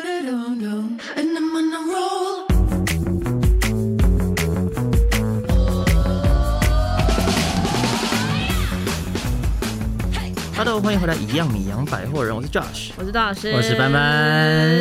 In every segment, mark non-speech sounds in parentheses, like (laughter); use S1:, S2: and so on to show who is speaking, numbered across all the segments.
S1: And I'm on a roll.
S2: 哈喽，欢迎回来，一样米阳百货人，我是 Josh。
S3: 我是道老师，
S2: 我是班班。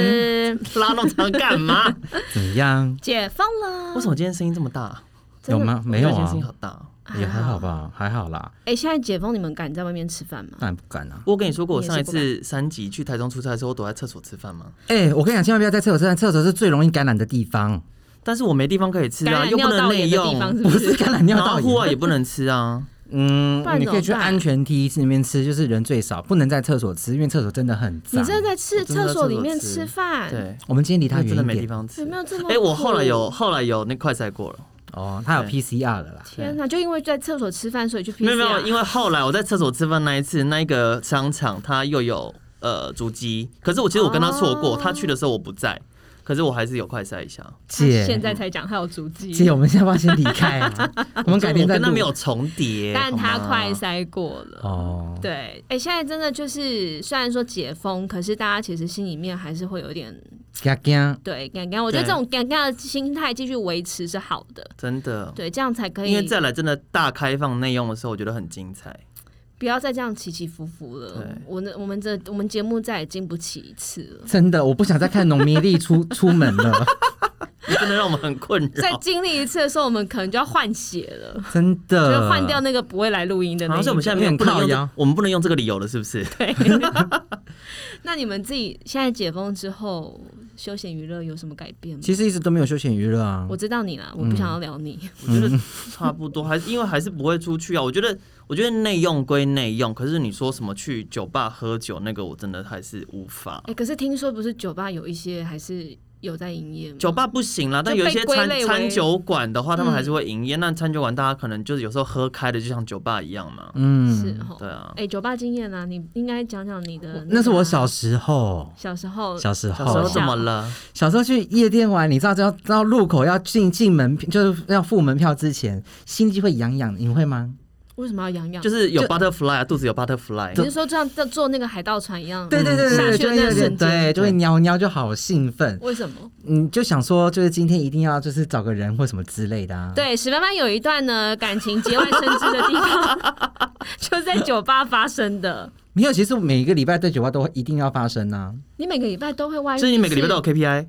S2: 拉那么长干嘛？
S4: 怎么样？
S3: 解放
S2: (laughs)
S3: 了。
S2: 为什么今天声音这么大？
S4: 有吗？没有
S2: 我觉得今天
S4: 啊
S2: 声音，好大。
S4: 也还好吧，还好啦。
S3: 哎、现在解封，你们敢在外面吃饭吗？
S4: 当然不敢啊。
S2: 我跟你说过，我上一
S3: 你也
S2: 次三级去台中出差的时候，我躲在厕所吃饭吗？
S4: 哎、我跟你讲，千万不要在厕所吃饭，厕所是最容易感染的地方，
S2: (laughs) 但是我没地方可以吃
S3: 感
S2: 啊，
S3: 染
S2: 又不
S3: 尿
S2: 能
S3: 道
S2: 内
S3: 炎的地方
S2: 用，
S3: 是
S4: 不
S3: 不
S4: 是
S3: 是？
S4: 感染尿
S2: 然后
S4: 道
S2: 户外
S4: 炎。
S2: 也不能吃 (laughs) 啊。
S4: 嗯
S3: 不然，
S4: 你
S3: 怎么
S4: 可以去
S3: 办
S4: 安全梯那边吃，就是人最少，不能在厕所吃，因为厕所真的很
S3: 你
S4: 脏。
S3: 真的在厕
S2: 我真的在
S3: 厕所里面
S2: 厕所吃
S3: 吃饭？，
S2: 对，
S4: 我们今天离他
S2: 那
S4: 远
S2: 真的哎没
S4: 一
S2: 地
S4: 点
S2: 方
S3: 有
S2: 吃
S3: 没。有这么？
S2: 哎，我后来有，后来有那快赛过了，
S4: 哦，他有
S2: 对
S4: PCR 了啦。
S3: 天哪！就因为在厕所吃啊饭，所以去 P
S2: 没
S3: C
S2: 有没有，因为后来我在厕所吃饭那一次，那一个商场它又有呃足迹，可是我其实我跟他错过，
S3: 哦
S2: 他去的时候我不在，可是我还是有快赛一下。
S3: 现
S4: 姐，
S3: 在才讲他有足迹，
S4: 姐，我们现在要不要先离开啊？
S3: (laughs)
S4: 我们改天
S2: 我
S4: 再
S2: 跟他
S4: 录
S2: 没。有重叠，
S3: 但他
S2: 好吗
S3: 快塞过了。
S4: 哦，
S3: 对，哎、现在真的就是，虽然说解封，可是大家其实心里面还是会有点
S4: 嘎嘎，
S3: 对尴尬。我觉得
S2: 对
S3: 这种尴尬的心态继续维持是好的，
S2: 真的，
S3: 对，这样才可以。
S2: 因为再来真的大开放内用的时候，我觉得很精
S3: (laughs)
S2: 彩。
S3: 不要再这样起起伏伏了
S2: 对。
S3: 我那我们这我们节目再也经不起一次了。
S4: 真的，我不想再看农民力出 (laughs) 出门了，
S2: 真的让我们很困
S3: 再
S2: 扰。
S3: 经历一次的时候，我们可能就要换血了，
S4: 真
S3: 就
S4: 的。
S3: 是换掉那个不会来录音的
S2: 好像
S3: 那一
S2: 是我们现在
S3: 个。
S2: 没有不能用
S4: 有点靠
S2: 这
S4: 腰，
S2: 我们不能用这个理由了，是不
S3: (laughs)
S2: 是？
S3: 那你们自己现在解封之后，休闲娱乐有什么改变吗？
S4: 其实一直都没有休闲娱乐啊
S3: 我。知道你啦，我不想要聊你。 (laughs)
S2: 我觉得差不多，还是因为还是不会出去啊。我觉得，我觉得内用归内用，可是你说什么去酒吧喝酒那个，我真的还是无法
S3: 哎、。可是听说不是酒吧有一些还是有在营业吗？
S2: 酒吧不行啦，但有一些
S3: 被归
S2: 餐
S3: 类为嗯
S2: 餐酒馆的话，他们还是会营业。那餐酒馆大家可能就是有时候喝开的，就像酒吧一样嘛。
S4: 嗯，
S3: 是哈。
S2: 对啊
S3: 哎、酒吧经验啊，你应该讲讲你的、
S4: 那是我小时候，
S3: 啊小时候。
S4: 小时
S2: 小时候
S4: 候，
S2: 怎么了？
S4: 小时候去夜店玩，你知道，只要到路口要进进门，就是要付门票之前，心肌会痒痒，你会吗？
S3: 为什么要养养？
S2: 就是有
S4: 就
S2: butterfly 啊，肚子有 butterfly。
S3: 你是说像在坐那个海盗船一样？
S4: 对对对
S3: 下
S4: 对，
S3: 去
S4: 嗯就
S3: 的
S4: 会
S3: 那
S4: 有
S3: 个
S4: 点
S3: 瞬间。
S4: 对，嗯就会喵喵，就好兴奋。
S3: 为什么？
S4: 你就想说，就是今天一定要就是找个人或什么之类的啊。，
S3: 对，史班班有一段呢感情节外生枝的地方， (laughs) 就在酒吧发生的。
S4: 没有，其实每个礼拜对酒吧都会一定要发生啊，
S3: 你每个礼拜都会外遇，
S2: 所以你每个礼拜都有
S3: 是
S2: KPI，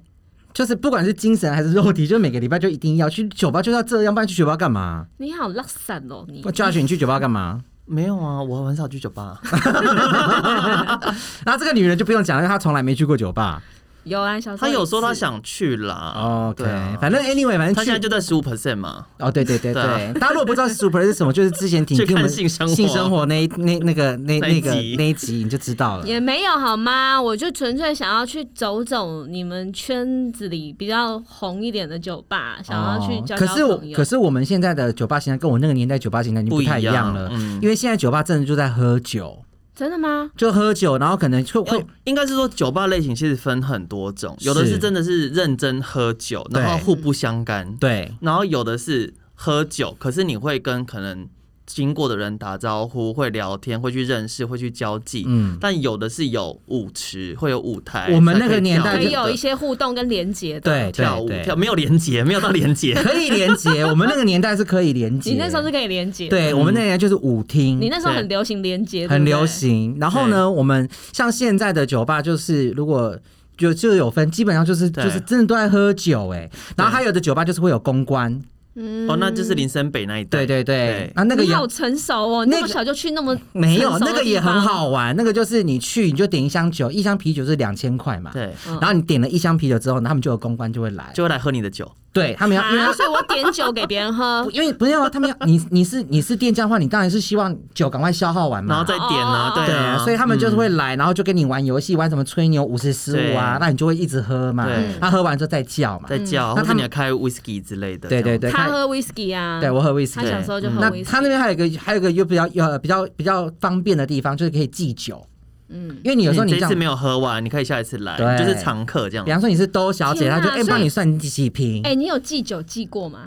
S4: 就是不管是精神还是肉体，就每个礼拜就一定要去酒吧，就要这样，不然去酒吧干嘛？
S3: 你好拉散哦，你
S4: 我叫你去酒吧干嘛？
S2: 没有啊，我很少去酒吧。
S4: 啊然后这个女人就不用讲了，因为她从来没去过酒吧。
S3: 有啊，小时候
S2: 他有说他
S3: 一次
S2: 想去啦。
S4: 哦 OK，、
S2: 对啊
S4: 反正 anyway，反正
S2: 他
S4: 去
S2: 现在就在十五 percent 嘛，
S4: 哦，对对对
S2: 对
S4: 对， (laughs)
S2: 啊
S4: 大家如果不知道 Super 是什么，就是之前挺
S2: 去
S4: 听
S2: 看
S4: 我们
S2: 性生活
S4: 性生活那一那那个那
S2: 那一
S4: 那
S2: 集
S4: 个那一集你就知道了。
S3: 也没有好吗？我就纯粹想要去走走你们圈子里比较红一点的酒吧，想要去交
S4: 哦可是
S3: 交
S4: 我
S3: 朋友。
S4: 可是我们现在的酒吧形象跟我那个年代酒吧形象已经
S2: 不
S4: 不
S2: 一
S4: 太一
S2: 样
S4: 样了，
S2: 嗯
S4: 因为现在酒吧真的就在喝酒，
S3: 真的吗？
S4: 就喝酒，然后可能就会
S2: 应应该是说酒吧类型其实分很多种，有的
S4: 是
S2: 是真的是认真喝酒，
S4: 对
S2: 然后互不相干，
S4: 对
S2: 然后有的是喝酒，可是你会跟可能经过的人打招呼，会聊天，会去认识，会去交际，
S4: 嗯
S2: 但有的是有舞池，会有舞台，
S4: 我们
S2: 才可以
S4: 那个年代
S2: 跳
S3: 可
S2: 舞
S4: 就
S3: 以
S2: 的
S3: 有一些互动跟连接的。
S4: 对
S2: 跳舞
S4: 对
S2: 跳
S4: 对，
S2: 没有连接，没有到连接，
S4: 可以连接，我们那个年代是可以连接，
S3: (laughs) 你那时候是可以连接，，
S4: 对
S2: 嗯
S4: 我们那个年代就是舞厅，
S3: 你那时候
S2: 对
S3: 很流行连接，对
S4: 很
S3: 不对
S4: 流。行。然后呢，我们像现在的酒吧，就是如果就就有分，基本上就是
S2: 对
S4: 就是真的都在喝酒哎、然后还有的酒吧就是会有公关，
S3: 嗯
S2: 哦，那就是林森北那一带，
S4: 对对对
S2: 对，
S4: 啊那个
S3: 你
S4: 也
S3: 好成熟哦，
S4: 那个
S3: 那么小就去那么
S4: 没有
S3: 成熟的
S4: 那个也
S3: 地方
S4: 很好玩，那个就是你去你就点一箱酒，一箱啤酒是两千块嘛，
S2: 对，嗯
S3: 嗯
S4: 然后你点了一箱啤酒之后，他们就有公关就会来，
S2: 就会来喝你的酒，
S4: 对他们要因为
S3: 啊，
S4: 他。
S3: 所以我点酒给别人喝
S4: (laughs) 不，因为不要他们要你你是你是店家的话，你当然是希望酒赶快消耗完嘛，
S2: 然后再点啊，
S3: 哦
S2: 对
S4: 嗯对
S2: 啊，
S4: 所以他们就是
S2: 嗯
S4: 会来，然后就跟你玩游戏，玩什么吹牛五十十五啊
S2: 对，
S4: 那你就会一直喝嘛
S2: 对。
S4: 他喝完之后再叫嘛。
S2: 在叫，或
S4: 嗯那
S2: 者
S4: 他
S2: 你
S4: 们
S2: 要开 whisky 之类的。
S4: 对对
S2: 这样，
S4: 对，
S3: 他
S4: 他
S3: 喝 whisky 啊，
S4: 对我喝威士
S3: 他
S4: 忌。
S3: 小时候就喝
S4: 那
S3: whisky，
S4: 他那边还有一个还有一个又比较呃比较比较方便的地方，就是可以寄酒，
S3: 嗯，
S4: 因为你有时候
S2: 你
S4: 你
S2: 这
S4: 这
S2: 一次
S4: 样
S2: 没，有喝完，你可以下一次来，
S4: 对
S2: 你就是常客这样
S4: 比。方说你是兜小姐，
S3: 天啊
S4: 他就哎
S3: 所以
S4: 帮你算几瓶。
S3: 哎，你有寄酒寄过吗？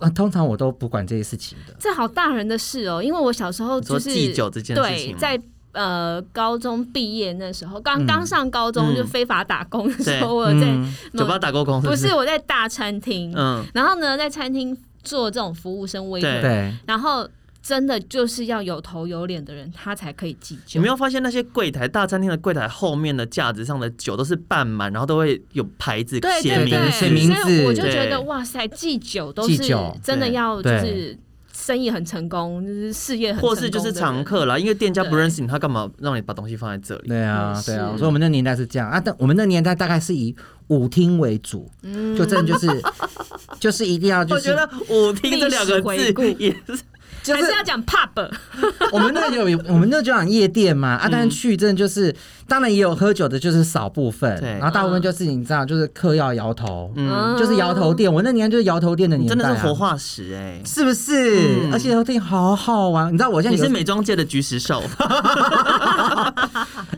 S4: 呃通常我都不管这些事情的。
S3: 这好大人的事哦，因为我小时候就
S2: 你
S3: 是
S2: 说祭酒这件事情
S3: 对
S2: 吗，
S3: 在呃高中毕业那时候，刚
S2: 嗯
S3: 刚上高中
S2: 嗯
S3: 就非法打工的时候，我有在
S4: 嗯，
S3: 某
S2: 酒吧打过工
S3: 不
S2: 是
S3: 是我在大餐厅，
S2: 嗯，
S3: 然后呢在餐厅做这种服务生微
S2: 对
S4: 对，
S3: 然后真的就是要有头有脸的人，他才可以记
S2: 你
S3: 酒
S2: 没。有发现那些柜台大餐厅的柜台后面的架子上的酒都是半满，然后都会有牌子
S3: 对
S2: 写
S3: 对
S2: 名
S3: 对，
S2: 字
S4: 写名字
S3: 所以我就觉
S2: 对
S3: 得哇塞，祭酒都
S4: 祭
S3: 是
S4: 酒
S3: 真的
S2: 对
S3: 要就是
S4: 对
S3: 生意很成功，就是事业很成
S2: 或
S3: 功的
S2: 是
S3: 人，
S2: 就是常客啦，因为店家不认识你，他干嘛让你把东西放在这里？
S4: 对啊
S3: 也，
S4: 对啊，
S3: 是
S4: 我说我们那年代是这样啊，但我们那年代大概是以舞厅为主，就真的 (laughs) 就是就是一定要就
S2: 我觉
S4: 是
S2: 得“舞厅”这两个
S3: 历史回顾
S2: 字也是
S4: 就
S3: 还是要讲 pub，
S4: 我们那就有我们那就讲夜店嘛啊，但
S2: 嗯
S4: 是去真的就是当然也有喝酒的，就是少部分，
S2: 对
S4: 然后大部分就是你知道就是嗑药摇头，
S2: 嗯，
S4: 就是摇头店，我那年代就是摇头店的
S2: 你
S4: 年
S2: 真的
S4: 代
S2: 是
S4: 啊，
S2: 活化石哎、
S4: 是不是？
S2: 嗯
S4: 而且摇头店好好玩，你知道我现在
S2: 你
S4: 有
S2: 是美妆界的菊石手，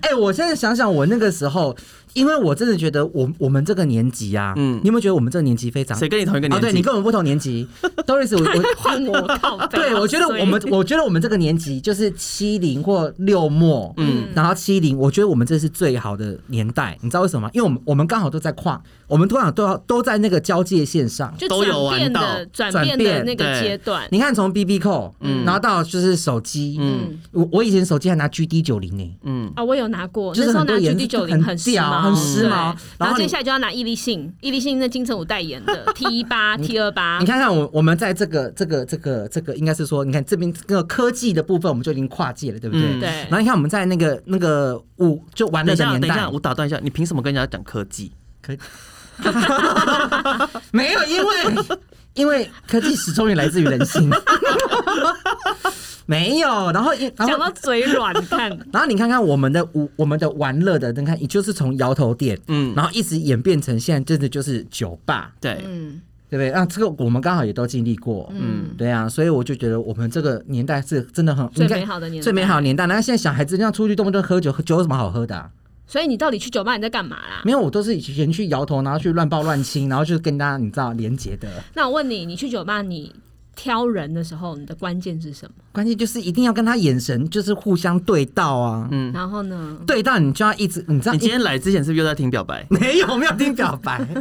S4: 哎、我现在想想，我那个时候，因为我真的觉得我我们这个年级啊，
S2: 嗯
S4: 嗯，你有没有觉得我们这个年级非常？
S2: 谁跟你同一个
S4: 啊，
S2: 年纪？
S4: 对你跟我们不同
S2: (laughs)
S4: 年级，Doris，我我
S3: 换我靠背。
S2: 啊
S4: 对我觉得我们，我觉得我们这个年级就是七零或六末，嗯，然后七零，我觉得我们这是最好的年代，你知道为什么吗？因为我们我们刚好都在跨，我们通常都要都在那个交界线上，
S3: 就
S2: 都有
S3: 转
S2: 玩
S3: 变
S2: 到
S3: 的转
S4: 转
S3: 变的
S4: 变
S3: 那个
S2: 对
S3: 阶段，
S4: 你看从 B B 扣，嗯，然后到就是手机，嗯，我我以前手机还拿 G D 九零呢，
S2: 嗯，
S3: 啊，我有拿过，
S4: 就是
S3: 那时候
S4: 很多
S3: 拿 G
S4: 颜
S3: D 九零
S4: 很
S3: 时
S4: 屌
S3: 髦，
S4: 很时
S3: 对
S4: 髦
S3: 然
S4: 然
S3: 后
S4: 后
S3: 接
S4: 你
S3: 下来就要拿伊利信，伊利信那金城武代言的 T 一八、T 二八，
S4: (laughs)
S2: 啊
S4: 你看看我我们在这个这个这个这个，应该是说，你看这边那个科技的部分，我们就已经跨界了，对不对？
S2: 嗯
S3: 对
S4: 然后你看我们在那个那个五就玩
S2: 等
S4: 乐
S2: 一
S4: 的
S2: 下，
S4: 啊年
S2: 等一
S4: 代
S2: 下，，我打断一下，你凭什么跟人家讲科技？
S4: 没有，因为
S2: (laughs)
S4: 因为科技始终也来自于人性。 (laughs) 没有，然后一然
S3: 讲
S4: 后
S3: 到嘴软，你看
S4: (laughs) 然后你看看我们的我我们的玩乐的，你看，也就是从摇头店，
S2: 嗯
S4: 嗯，然后一直演变成现在真的就是酒吧，
S2: 对，
S3: 嗯
S4: 对不对？啊，这个我们刚好也都经历过，嗯，对啊，所以我就觉得我们这个年代是真的很
S3: 最
S4: 应该
S3: 美好的年代
S4: 最美好的年代。那现在小孩子这样出去动不动喝酒，喝酒有什么好喝的啊、
S3: 所以你到底去酒吧你在干嘛啦？
S4: 没有，我都是以前去摇头，然后去乱抱乱亲， (laughs) 然后就跟大家你知道连结的。
S3: 那我问你，你去酒吧你挑人的时候，你的关键是什么？
S4: 关键就是一定要跟他眼神就是互相对到啊，
S2: 嗯
S3: 然后呢？
S4: 对到你就要一直你知道
S2: 你今
S4: 一？
S2: 天来之前是不是又在听表白
S4: (laughs) 没有没有听表白， (laughs)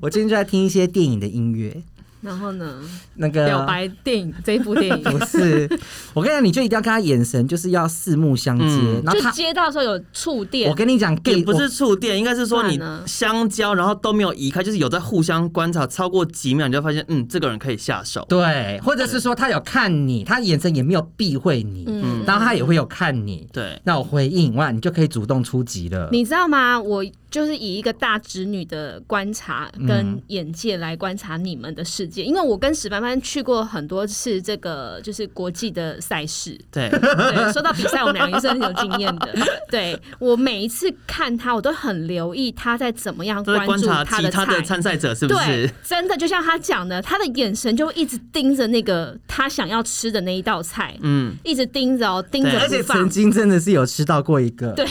S4: 我今天就在听一些电影的音乐，
S3: 然后呢？
S4: 那个
S3: 表白电影这一部电影，
S4: 不是，我跟你讲，你就一定要跟他眼神就是要四目相接，
S2: 嗯
S4: 然后
S3: 就
S4: 他。
S3: 接到的时候有触电
S4: 我，跟你讲
S2: 也
S4: ，gay
S2: 不是触电，应该是说你
S3: 不然呢
S2: 相交，然后都没有移开，就是有在互相观察，超过几秒你就发现，嗯，这个人可以下手。
S4: 对，或者是说他有看你，他眼神也没有避讳你，
S3: 嗯
S4: 然后他也会有看你，
S2: 对，
S4: 那我回应，哇，你就可以主动出击了。
S3: 你知道吗？我就是以一个大直女的观察
S4: 嗯
S3: 跟眼界来观察你们的世界，因为我跟史班班去过很多次这个就是国际的赛事。
S2: 对，
S3: 对，说到比赛，我们俩也是很有经验的。对我每一次看她，我都很留意她在怎么样
S2: 都在观
S3: 注
S2: 察
S3: 她
S2: 其他
S3: 菜
S2: 的。参赛者是不
S3: 对
S2: 是？，
S3: 真的就像她讲的，她的眼神就会一直盯着那个她想要吃的那一道菜，
S2: 嗯，
S3: 一直盯着哦，盯着
S2: 对
S4: 而
S3: 不
S4: 且
S3: 放
S4: 曾。经真的是有吃到过一个，
S3: 对，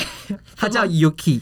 S4: 他叫 Yuki，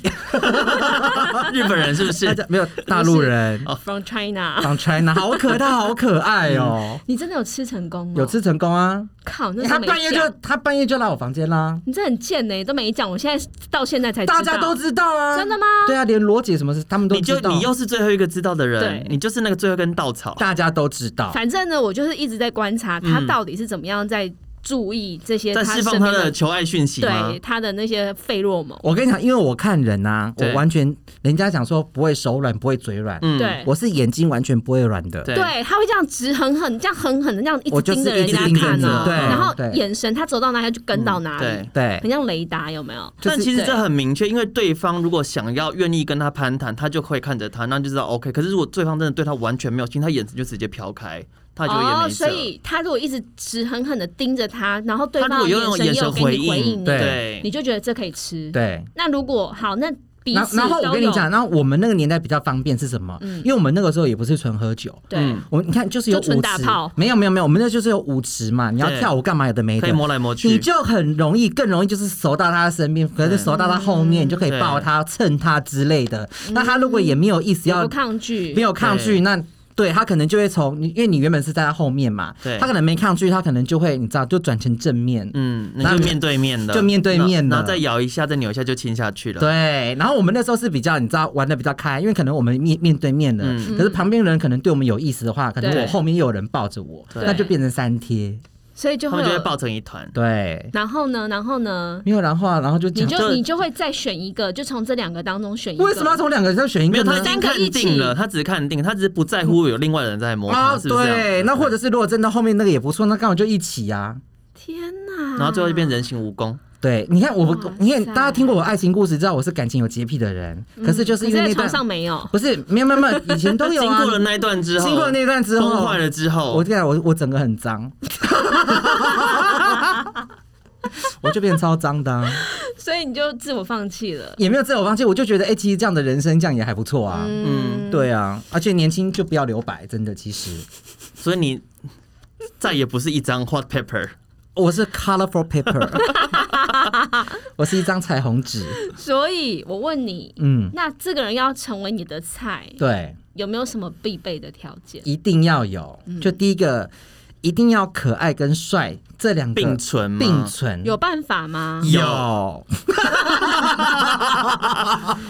S2: 日本人是不
S4: (laughs) 他
S2: 是？
S4: 叫没有大陆人，
S3: From China， (laughs)
S4: 长 China，好可他好可爱哦，
S3: 你真的有吃成功吗？
S2: 嗯
S4: 有吃成功啊，
S3: 靠，
S2: 欸
S3: 那时候
S4: 他
S3: 没
S4: 半夜就
S3: 讲
S4: 他半夜就来我房间啦，
S3: 你这很贱呢、欸都没讲，我现在到现在才知道
S4: 大家都知道啊，
S3: 真的吗
S4: 对啊，连罗姐什么事他们都
S2: 你
S4: 知
S2: 就
S4: 道，
S2: 你又是最后一个知道的人
S3: 对，
S2: 你就是那个最后一根稻草。
S4: 大家都知道，
S3: 反正呢，我就是一直在观察他
S2: 嗯
S3: 到底是怎么样在注意这些
S2: 在释放
S3: 身
S2: 他
S3: 边
S2: 的
S3: 的
S2: 求爱讯息吗
S3: 对？他的那些费洛蒙。
S4: 我跟你讲，因为我看人呐、
S2: 对
S4: 我完全人家讲说不会手软，不会嘴软，
S2: 嗯，
S3: 对
S4: 我是眼睛完全不会软的。
S2: 对
S3: 对，他会这样直狠狠、这样狠狠的这样一直
S4: 我就是
S3: 盯着人
S4: 一直
S3: 家
S4: 盯着
S3: 看哦，
S2: 你对
S3: 然后
S4: 对
S3: 眼神他走到哪里他就跟到哪里，
S2: 对
S4: 对
S3: 很像雷达，有没有？
S4: 就是
S2: 但其实
S3: 对
S2: 这很明确，因为对方如果想要愿意跟他攀谈，他就会看着他，那就知道 OK。可是如果对方真的对他完全没有兴趣，他眼神就直接飘开，他就也
S3: 哦，
S2: 没辙。
S3: 所以他如果一直直狠狠的盯着他，然后对
S2: 他如
S3: 方
S2: 果
S3: 的
S2: 有那种
S3: 神
S2: 眼
S3: 又
S2: 神
S3: 给你
S2: 应，
S3: 应你，
S2: 对，嗯
S3: 你就觉得这可以吃。
S4: 对。
S3: 那如果好，那彼
S4: 然
S3: 此
S4: 然后
S3: 都
S4: 我跟你
S3: 有
S4: 讲，然后我们那个年代比较方便是什么？因为我们那个时候也不是纯喝酒，
S3: 对。
S2: 嗯
S4: 我们你看就是有
S3: 就纯
S4: 舞
S3: 打
S4: 池
S3: 炮，
S4: 没有没有没有，我们那就是有舞池嘛，你要
S2: 对
S4: 跳舞干嘛有的没
S2: 可以
S4: 的，
S2: 摸来摸去。
S4: 你就很容易更容易就是熟到他的身边，可是熟到他后面你就可以
S2: 对嗯
S4: 抱他、蹭他之类的。那他如果也没有意思
S3: 也
S4: 要
S3: 不抗拒
S4: 没，有抗拒，那对他可能就会从你，因为你原本是在他后面嘛，
S2: 对
S4: 他可能没看上去，他可能就会你知道就转成正面，
S2: 嗯，那就面对面的，
S4: 就面对面的
S2: 然后然后再摇一下，再扭一下就亲下去了。，
S4: 对，然后我们那时候是比较，你知道玩的比较开，因为可能我们面面对面的，
S2: 嗯
S4: 可是旁边人可能对我们有意思的话，可能
S3: 对
S4: 我后面又有人抱着我，
S2: 对
S4: 那就变成三贴。
S3: 所以就
S2: 他
S3: 会
S2: 们就会
S3: 有
S2: 抱成一团。
S4: 对，
S3: 然后呢，然后呢，
S4: 没有然后啊，然后就
S3: 你
S4: 讲，
S3: 就
S2: 就
S3: 你就会再选一个，就从这两个当中选一个。
S4: 为什么要从两个人要选一
S2: 没
S4: 个
S2: 有，他
S4: 呢
S2: 已？经
S3: 三个一
S2: 看
S3: 起
S2: 定了，他只是看定，他只是不在乎有另外的人在摸他，是不是这样？
S4: 啊哦对，那或者是如果真的后面那个也不错，那刚好就一起啊。
S3: 天哪！
S2: 然后最后就变人形蜈蚣。
S4: 对，你看我
S3: 哇，
S4: 你看
S3: 塞
S4: 大家听过我爱情故事，知道我是感情有洁癖的人，可是就是
S3: 嗯可是
S4: 因为
S3: 在
S4: 那
S3: 床
S4: 段
S3: 上没有。
S4: 不是没有没有没有，以前都
S2: (laughs)
S4: 有
S2: 经
S4: 啊
S2: 过。了那一段之后，
S4: 经过了那段之后，
S2: 崩坏了之后，
S4: 我跟你讲，我我整个很脏， (laughs) 我就变超脏的、啊，
S3: (laughs) 所以你就自我放弃了。
S4: 也没有自我放弃，我就觉得，哎、其实这样的人生这样也还不错啊。
S2: 嗯，
S4: 对啊，而且年轻就不要留白，真的。其实
S2: 所以你再也不是一张 hot paper。
S4: 我是 colorful paper，我是一张彩虹纸。
S3: 所以我问你，
S4: 嗯，
S3: 那这个人要成为你的菜，
S4: 对，
S3: 有没有什么必备的条件？
S4: 一定要有。
S2: 嗯
S4: 就第一个，一定要可爱跟帅这两个
S2: 并存吗
S4: 并存
S3: 有办法吗？
S4: 有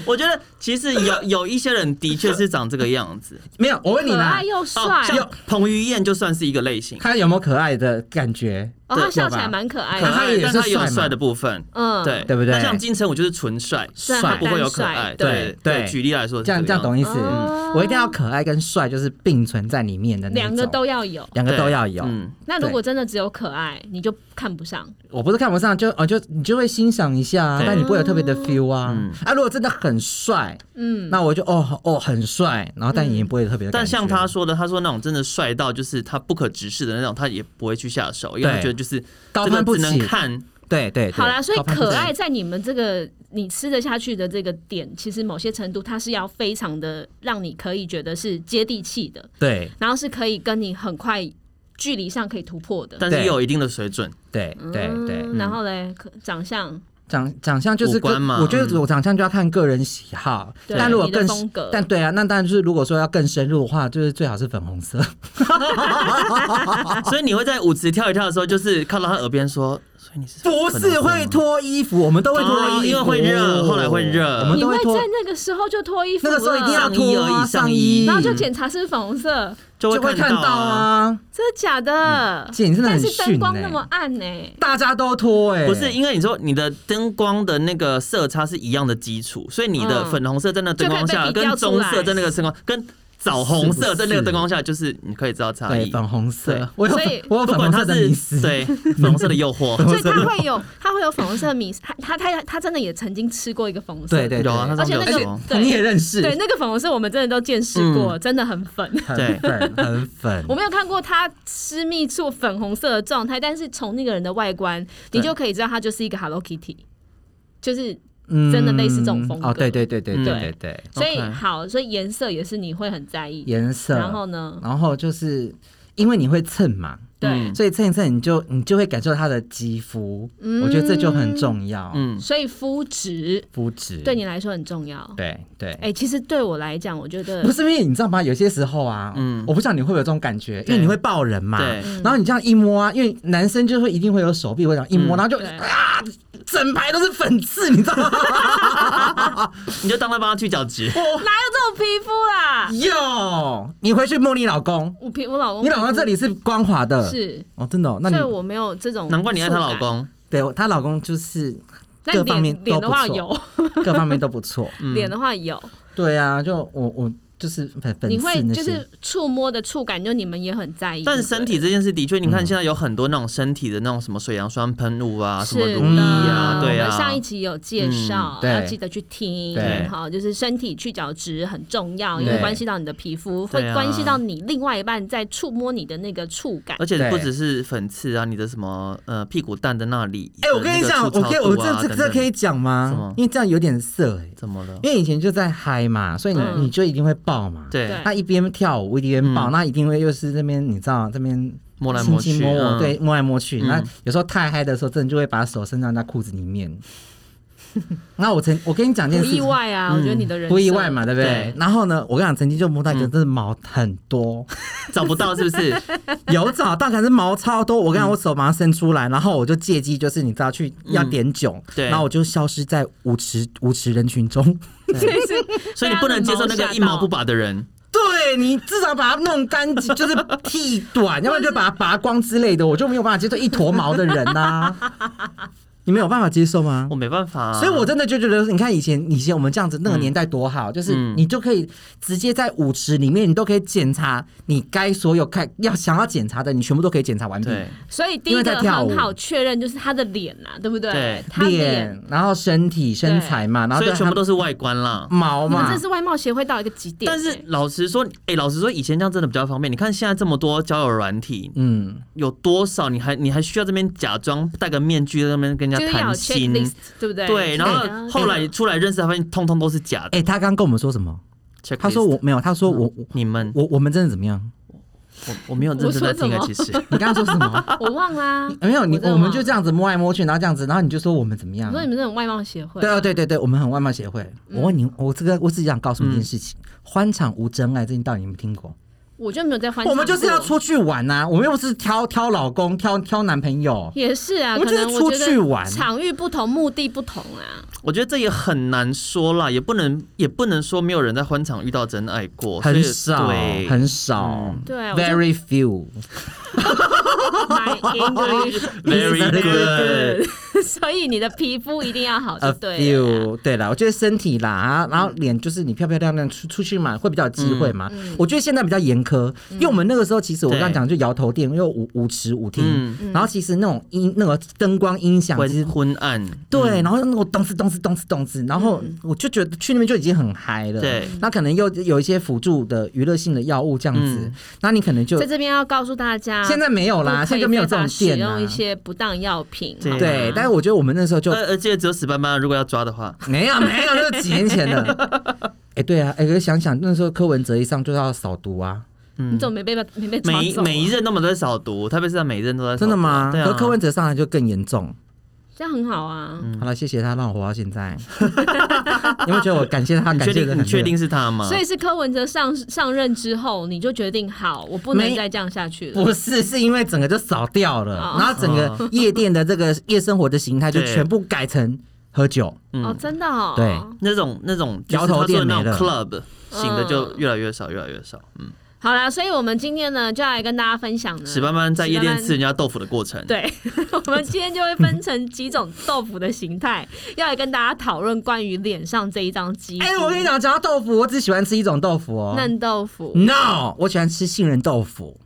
S2: 我觉得其实有有一些人的确是长这个样子，
S4: 没有？我问你
S3: 可
S4: 啦
S3: 爱，又帅
S2: 哦，像彭于晏就算是一个类型，
S4: 他有没有可爱的感觉？
S3: 哦，
S4: 对
S3: 他笑
S4: 有
S3: 起
S4: 吧
S3: 来蛮可爱
S2: 可
S4: 可
S3: 的，
S4: 爱
S2: 爱，
S4: 也
S2: 但
S4: 是
S2: 他也有
S4: 帅嘛
S2: 帅的部分，
S3: 嗯，
S2: 对
S4: 对不对
S2: 那像金城武就是纯帅，
S3: 帅
S2: 他不会有可爱，
S3: 单帅
S2: 对
S4: 对
S2: 举例来说是
S4: 这样
S2: 个
S4: 这样懂
S2: 子
S4: 意思？
S3: 哦
S4: 我一定要可爱跟帅，就是并存在里面的那一
S3: 两
S4: 种
S3: 个都要有。
S4: 两个都要有。
S2: 嗯，
S3: 那如果真的只有可爱，你就看不上。
S4: 我不是看不上，就哦就你就会欣赏一下、啊，
S2: 对
S4: 但你不会有特别的 feel 啊。
S2: 嗯
S4: 啊，如果真的很帅，
S3: 嗯，
S4: 那我就哦哦很帅，然后但也不会有特别的感觉、
S2: 但像他说的，他说那种真的帅到就是他不可直视的那种，他也不会去下手，因为
S4: 对
S2: 他觉得就是
S4: 高
S2: 这个
S4: 攀不
S2: 只能
S4: 起，
S2: 看，
S4: 对对对。
S3: 好啦，所以
S4: 高攀不
S3: 可
S4: 起
S3: 爱在你们这个你吃得下去的这个点，其实某些程度它是要非常的让你可以觉得是接地气的，
S4: 对
S3: 然后是可以跟你很快距离上可以突破的。
S2: 但是
S4: 对
S2: 又有一定的水准，
S4: 对对对，
S3: 嗯然后嘞，可长相
S4: 长长相就是
S2: 五官
S4: 个
S2: 嘛嗯
S4: 我觉得我长相就要看个人喜好，
S3: 对
S4: 但如果
S3: 你的
S4: 更
S3: 风格
S4: 但对啊，那当然就是如果说要更深入的话，就是最好是粉红
S2: (laughs)
S4: 色。
S2: 所以你会在舞池跳一跳的时候，就是靠到他耳边说，所以你是
S4: 不是会脱衣服，我们都会脱衣
S2: 哦
S4: 服，
S2: 因为会热后来会热
S4: 我们
S3: 你
S4: 都
S3: 会
S4: 会脱
S3: 在。那个时候就脱衣服
S4: 那
S3: 了，
S4: 个时候一定要
S2: 上衣
S4: 脱
S2: 而
S4: 啊
S2: 已上衣
S3: 然后就检查是不是粉红色，
S2: 就
S4: 就会看
S2: 到
S4: 到。啊，
S3: 真的假的？
S4: 嗯姐你真的
S3: 但
S4: 很
S3: 是灯光
S4: 逊欸
S3: 那么暗呢、
S4: 大家都脱哎，
S2: 不是，因为你说你的灯光的那个色差是一样的基础，所以你的
S3: 嗯
S2: 粉红色在那灯光下，
S3: 就可以被比较
S2: 跟
S3: 出
S2: 棕
S3: 来
S2: 色在那个灯光，跟枣红色在那个
S4: 是不是
S2: 灯光下，就是你可以知道差
S4: 对
S2: 异。
S4: 粉红
S2: 对
S4: 色，我有
S3: 所以
S4: 粉我有
S2: 不
S4: 粉
S2: 管
S4: 红
S2: 它
S4: 色的
S2: 是
S4: 迷思，
S2: 对粉红色的诱
S4: (laughs)
S2: 惑，啊
S3: 所以他会有，他会有粉红色的迷，他他他他真的也曾经吃过一个粉红色的，
S4: 对对
S2: 有啊，他
S3: 而且
S2: 上
S3: 那
S2: 面
S3: 个
S2: 有说
S3: 对
S4: 你也认识，嗯
S3: 对，那个粉红色我们真的都见识过，真的很粉。
S2: 对
S4: 很粉很
S3: (laughs)
S4: 粉
S3: 我，没有看过他私密处粉红色的状态，但是从那个人的外观，你
S2: 对
S3: 就可以知道他就是一个 Hello Kitty，就是
S4: 嗯
S3: 真的类似这种风格
S4: 哦，对对对对
S2: 嗯
S4: 对对对，
S3: 所以
S2: OK
S3: 好，所以颜色也是你会很在意。
S4: 颜色，
S3: 然后呢？
S4: 然后就是因为你会蹭嘛，
S3: 对
S2: 嗯，
S4: 所以蹭一蹭你就你就会感受他的肌肤，
S3: 嗯
S4: 我觉得这就很重要，
S2: 嗯，
S3: 所以肤质
S4: 肤质
S3: 对你来说很重要。
S4: 对对
S3: 哎、其实对我来讲，我觉得
S4: 不是因为你知道吗？有些时候啊，
S2: 嗯
S4: 我不知道你会不会有这种感觉，因为你会抱人嘛，
S2: 对
S3: 嗯
S4: 然后你这样一摸啊，因为男生就会一定会有手臂会这样一
S2: 嗯
S4: 摸，然后就
S3: 对
S4: 啊，整排都是粉刺，你知
S2: (laughs)
S4: 道吗？
S2: 你就当他帮他去角质，
S3: 哪有这种皮肤啦？
S4: 哟，你回去摸你老公，
S3: 我皮我老公
S4: 你老公这里是光滑的，
S3: 哦是，
S4: 哦，真的、哦，那你
S3: 所以我没有这种。
S2: 难怪你爱她老。公。
S4: 对她老公就是
S3: 那
S4: 各方面
S3: 脸脸
S4: 都
S3: 的
S4: 不
S3: 话
S4: 错嗯
S3: 有，
S4: 各方面都不错，
S3: (laughs) 脸的话有，
S4: 对啊，就我我就是粉粉
S3: 你
S4: 刺
S3: 会
S4: 那
S3: 就
S4: 些，
S3: 是触摸的触感，就你们也很在意。
S2: 但
S3: 对
S2: 是
S3: 不对
S2: 身体这件事的确，你
S4: 嗯
S2: 看现在有很多那种身体的那种什么水杨酸喷雾啊，什么
S3: 是
S2: 乳
S3: 的
S2: 液啊，对
S3: 我
S2: 啊
S3: 们，上一集有介绍，
S4: 嗯
S3: 要
S4: 对
S3: 记得去听
S4: 对。
S3: 好，就是身体去角质很重要，
S4: 对
S3: 因为关系到你的皮肤，会
S2: 对啊
S3: 关系到你另外一半在触摸你的那个触感
S2: 而。且
S4: 对
S2: 不只是粉刺啊，你的什么呃屁股蛋的那里的
S4: 哎、我
S2: 那个粗糙度啊，
S4: 跟你讲，我跟我这这
S2: 啊等
S4: 这
S2: 等
S4: 可以讲
S2: 什
S4: 吗
S2: 么？
S4: 因为这样有点色哎、
S2: 怎么
S4: (laughs)
S2: 了？
S4: 因为以前就在嗨嘛，所以你、
S3: 嗯
S4: 你就一定会爆嘛。
S2: 对，
S4: 他一边跳舞一边抱，
S2: 嗯
S4: 那一定会又是这边你知道这边
S2: 摸来
S4: 轻
S2: 摸
S4: 轻
S2: 去，
S4: 摸我，
S2: 嗯
S4: 对，摸来摸去。
S2: 嗯
S4: 那有时候太嗨的时候，真的就会把手伸到人家裤子里面，那我曾我跟你讲一件
S3: 不
S4: 事情，嗯
S3: 意外啊，我觉得你的人
S4: 不意
S3: 设
S4: 外嘛，对不对？
S2: 对
S4: 然后呢，我跟你讲，曾经就摸到一个，
S2: 嗯
S4: 真的毛很多，
S2: 找不到是不
S3: (laughs)
S2: 是？
S4: 有找到，可是毛超多。我跟你讲，我手马上伸出来，然后我就借机，就是你知道去要点酒，
S2: 对
S4: 然后我就消失在舞池舞池人群中。
S2: 所以你不能接受那个一毛不拔的人。
S4: (laughs) 对你至少把它弄干净，就是剃 (laughs) 短，要不然就把它拔光之类的，我就没有办法接受一坨毛的人呐、 (laughs) 你们有办法接受吗
S2: 我？没办法、
S4: (laughs)
S2: 啊
S4: 所以，我真的就觉得，你看以前以前我们这样子，那个年代多好，就是
S2: 嗯
S4: 你就可以直接在舞池里面，你都可以检查你该所有看要想要检查的，你全部都可以检查完毕。
S2: 对
S3: (laughs) 所以第一
S4: 因为
S3: 个
S4: 在跳舞
S3: 很好确认就是他的脸呐、啊，对不对？
S2: 对
S3: 他脸
S4: 脸，然后身体、身材嘛，然后
S2: 所以全部都
S4: 是
S2: 是外观啦。
S4: 毛
S3: 你们
S4: 嘛
S3: 这。是外貌协会到一个极点、
S2: 但是
S3: 欸
S2: 老实说，哎、老实说，以前这样真的比较方便。你看现在这么多交友软体，
S4: 嗯，
S2: 有多少你还你还需要这边假装戴个面具在那边跟人
S3: 就
S2: 家
S3: 是要有
S2: 谈心？
S3: checklist，对不对？
S2: 对，然
S3: 对啊
S2: 后后来你出来认识，他发现通通都是假的。
S4: 哎、他刚跟我们说什么？
S2: Checklist
S4: 哎他说我没有，他说我我
S2: 你们，
S4: 我我们真的怎么样？
S2: 我我没有认真在听啊，
S3: 我
S2: 其实
S4: 你刚刚说什么？
S3: (laughs) 我忘啦、
S4: 没有你，
S3: 真的
S4: 我们
S3: 忘
S4: 就
S3: 了
S4: 这样子摸来摸去，然后这样子，然后你就说我们怎么样
S3: 我？说你们这种外貌协会，
S4: 对啊，对对对，我们很外貌协会。我问你，我这个我只想告诉你一件事情：欢场无真爱，这你到底有没有听过？
S3: 我就没有在欢。
S4: 我们就是要，出去玩呐、我们又不是挑挑老公、挑挑男朋友。
S3: 也是啊，
S4: 我们
S3: 可
S4: 就是
S3: 能我
S4: 出
S3: 觉得
S4: 去玩
S3: 场域不同，目的不同啊。
S2: 我觉得这也很难说啦，也不能也不能说没有人在欢场遇到真爱过，
S4: 很
S2: 所
S4: 少
S2: 以对，
S4: 很少、
S3: 对我
S4: v e r y few。
S3: My
S4: (laughs)
S3: English
S2: very
S3: (laughs)
S2: good。
S3: good，所以你的皮肤一定要好，就
S4: A
S3: 对了啊。嗯
S4: few，对啦，我觉得身体啦，啊然后脸就是你漂漂亮亮出出去嘛，会比较有机会嘛。
S3: 嗯
S4: 我觉得现在比较严苛，因为我们那个时候其实我
S2: 对
S4: 刚刚讲就摇头店，因为舞舞池舞厅，
S2: 嗯
S4: 然后其实那种音那个灯光音响其实
S2: 昏昏暗，
S3: 嗯
S4: 对，然后那个咚哧咚哧咚哧咚哧，然后我就觉得去那边就已经很嗨了。
S2: 对，
S4: 那可能又有一些辅助的娱乐性的药物这样子
S2: 嗯，
S4: 那你可能就
S3: 在这边要告诉大家，
S4: 现在没有啦，
S3: 不可
S4: 现
S3: 以
S4: 在就没有这
S3: 非
S4: 种
S3: 法
S4: 店
S3: 使
S4: 啦
S3: 用一。些啊不当药品，
S2: 对
S3: 好吗
S4: 对，但是我觉得我们那时候就
S2: 而而且只有死斑斑，如果要抓的话，
S4: 没有没有，那是几年前的。
S2: (laughs)
S4: 哎，对啊，哎，可是想想那时候柯文哲一上就要扫毒啊，
S3: 你嗯怎么没被没被抓
S2: 每一
S3: 走啊
S2: 每一任都没有在扫毒，特别是在每一任都在扫毒
S4: 真的吗？
S2: 对
S4: 可
S2: 啊，
S4: 柯文哲上来就更严重。
S3: 这样很好啊。
S2: 嗯
S4: 好了，谢谢他让我活到现
S2: (laughs)
S4: 在。你有没有觉得我感谢他？
S2: 你
S4: 感
S2: 确
S4: 谢的
S2: 定你
S4: 很
S2: 确定是他
S4: 嗯
S2: 吗？
S3: 所以是柯文哲上上任之后，你就决定好，我不能
S4: 没
S3: 再这样下去了。
S4: 不是，是因为整个就扫掉了，
S3: 哦
S4: 然后整个夜店的这个夜生活的形态就
S2: 对
S4: 全部改成喝酒。
S3: 哦，真的哦。
S4: 嗯对
S2: 那种那种
S4: 摇头
S2: 就是他
S4: 店
S2: 说的那
S4: 没
S2: 种
S4: 了
S2: club 型的
S3: 嗯
S2: 就越来越少，越来越少。嗯，
S3: 好啦，所以我们今天呢，就要来跟大家分享呢，
S2: 史斑斑在夜店吃
S3: 史
S2: 人家豆腐的过程，
S3: 斑斑。对， (laughs) 我们今天就会分成几种豆腐的形态， (laughs) 要来跟大家讨论关于脸上这一张肌肤。
S4: 哎、我跟你讲，讲到豆腐，我只喜欢吃一种豆腐哦。
S3: 嫩豆腐，
S4: No，我喜欢吃杏仁豆腐。